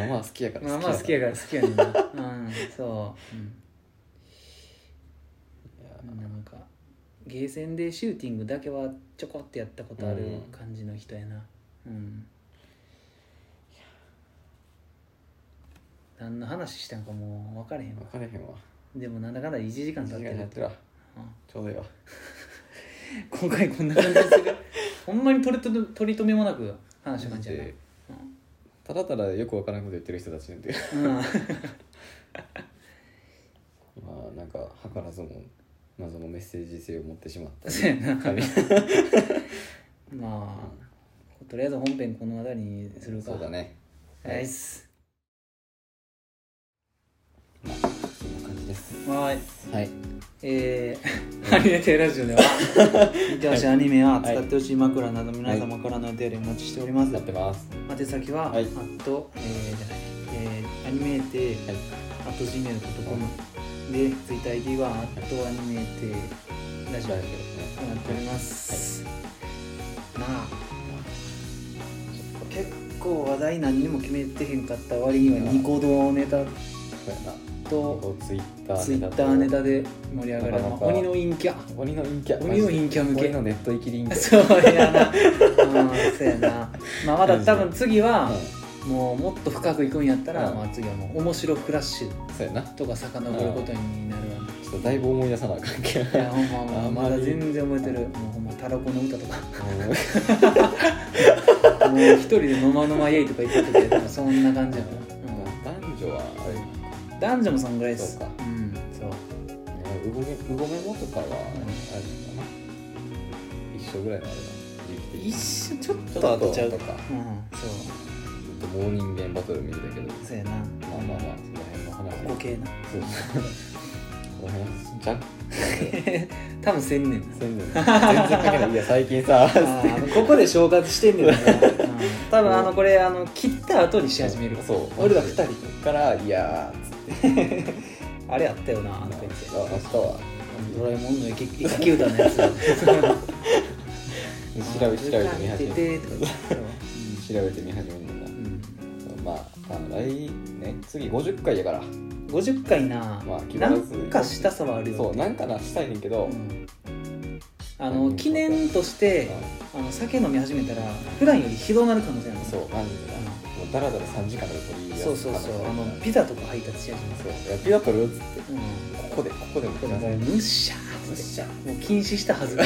Speaker 2: あまあ好きやから
Speaker 1: まあまあ好きや
Speaker 2: や
Speaker 1: から好きやねんなうんそう、うん、なんかゲーセンでシューティングだけはちょこってやったことある
Speaker 2: うん
Speaker 1: 感じの人やなうん何の話したんかもう分からへんわ
Speaker 2: 分からへんわ
Speaker 1: でもなんだかんだ1時間
Speaker 2: 時
Speaker 1: 経っ
Speaker 2: 間
Speaker 1: て
Speaker 2: や
Speaker 1: る
Speaker 2: ってるわ
Speaker 1: うん
Speaker 2: ちょうどいいわ
Speaker 1: 今回こんな感じですがほんまに取りとめ取り留めもなく話した感じやな
Speaker 2: でただただよくわからんこと言ってる人たちで
Speaker 1: うん
Speaker 2: まあなんか図らずも謎のメッセージ性を持ってしまった
Speaker 1: そうやな
Speaker 2: 神
Speaker 1: まあとりあえず本編この辺りにするか
Speaker 2: そうだね
Speaker 1: ナイス
Speaker 2: そんな感じです
Speaker 1: はい
Speaker 2: はい
Speaker 1: えー、ア ニメテラジオでは 見てほしいアニメや使ってほしい枕など皆様からのお便りお待ちしております、
Speaker 2: やってます
Speaker 1: 宛先は、
Speaker 2: はい
Speaker 1: あとえー、じゃないえー、アニメーテ
Speaker 2: はい
Speaker 1: あと gmail.com で TwitterID はあとアニメーテラジオと
Speaker 2: 大丈夫ですね
Speaker 1: なっております、なあ結構話題何にも決めてへんかった割にはニコ動ネタ
Speaker 2: そうやな
Speaker 1: と
Speaker 2: こうツイッター
Speaker 1: ツイッターネタで盛り上がる
Speaker 2: なかなか
Speaker 1: 鬼の陰キャ
Speaker 2: 鬼の陰キャ
Speaker 1: 鬼の陰キャ向け
Speaker 2: 鬼のネット生きり陰キャ
Speaker 1: そうやなうんそうやなまあまだ多分次はもうもっと深くいくんやったら、
Speaker 2: うん
Speaker 1: まあ、次はもう面白フラッシュ
Speaker 2: うんそうやなち
Speaker 1: とか遡ることになるわ、
Speaker 2: ょっとだいぶ思い出さなあかんけ
Speaker 1: い
Speaker 2: ど
Speaker 1: やほんまほんま
Speaker 2: あ
Speaker 1: ま
Speaker 2: んま
Speaker 1: だ
Speaker 2: り
Speaker 1: 全然覚えてるもうほんまタラコの歌とか
Speaker 2: うん
Speaker 1: もう一人で「のまのまイエイ」とか言ってたけどそんな感じやな、うん
Speaker 2: 男女はあれ
Speaker 1: 男女もそんぐらいです
Speaker 2: そうか
Speaker 1: んそう
Speaker 2: うごめうごめもとかはあれなのかな一緒ぐらいのあれだ時期的に
Speaker 1: 一緒ちょっ
Speaker 2: ちょ
Speaker 1: と
Speaker 2: っと
Speaker 1: 後
Speaker 2: 後
Speaker 1: ち
Speaker 2: ち
Speaker 1: ゃ
Speaker 2: ゃ
Speaker 1: う
Speaker 2: う
Speaker 1: か
Speaker 2: とか
Speaker 1: うんそう
Speaker 2: もう人間バトル見てたけど
Speaker 1: そうやな
Speaker 2: まあまあまあその辺の話
Speaker 1: 語系な
Speaker 2: そう そうこの辺じゃん
Speaker 1: 多分せんねんな
Speaker 2: 全然全然かけないいや最近さ
Speaker 1: あーあのここで昇活してんねんなうん多分あのこれあの切った後にし始める
Speaker 2: そう
Speaker 1: 俺ら二人
Speaker 2: からいやーつって
Speaker 1: あれあったよな
Speaker 2: あ
Speaker 1: と
Speaker 2: 明
Speaker 1: か言って
Speaker 2: 日は
Speaker 1: ドラえもんの駅駅歌のやつ調
Speaker 2: 調べ調べてみ始める
Speaker 1: てとか言って
Speaker 2: 調べてみ始めるんだ
Speaker 1: うんうん
Speaker 2: まああの来ね次50回やから
Speaker 1: 50回な、
Speaker 2: まあ気
Speaker 1: なん
Speaker 2: 軽ず
Speaker 1: かしたさはあるよ
Speaker 2: そうなんかなしたいねんけど、
Speaker 1: うんあの記念としてあの酒飲み始めたら普段よりひどなる可能性ある
Speaker 2: そうマジでな、もうだらだら3時間とか取りやす
Speaker 1: そうそうそうあの
Speaker 2: ピ
Speaker 1: ピザとか配達し始めた
Speaker 2: そういやピザ取るっつって
Speaker 1: うん
Speaker 2: ここでここでも
Speaker 1: これもうむっしゃー
Speaker 2: む
Speaker 1: っ
Speaker 2: っ
Speaker 1: つ
Speaker 2: し
Speaker 1: っ
Speaker 2: ゃ
Speaker 1: てもう禁止したは ず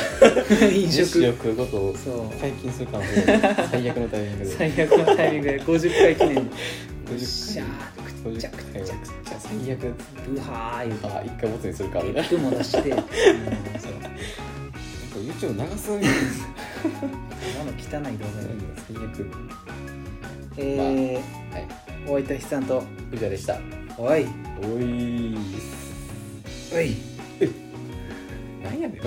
Speaker 1: 飲
Speaker 2: 食
Speaker 1: 食
Speaker 2: 欲ごとを
Speaker 1: そう
Speaker 2: 解禁する可能性がある最悪のタイミングで
Speaker 1: 最悪のタイミングで50回記念に
Speaker 2: 50
Speaker 1: むっしゃー
Speaker 2: 回
Speaker 1: くっちゃくっちゃくっちゃ
Speaker 2: 最悪
Speaker 1: ブハー言う
Speaker 2: あ一回ボツにするかみたいな
Speaker 1: ても出 して、うん、そう
Speaker 2: YouTube 流すみたいな
Speaker 1: あの汚い動画で、
Speaker 2: 最悪
Speaker 1: え
Speaker 2: はい
Speaker 1: ー、お相手は筆さんと
Speaker 2: 藤田でした
Speaker 1: おい
Speaker 2: おい
Speaker 1: おい
Speaker 2: なんやねん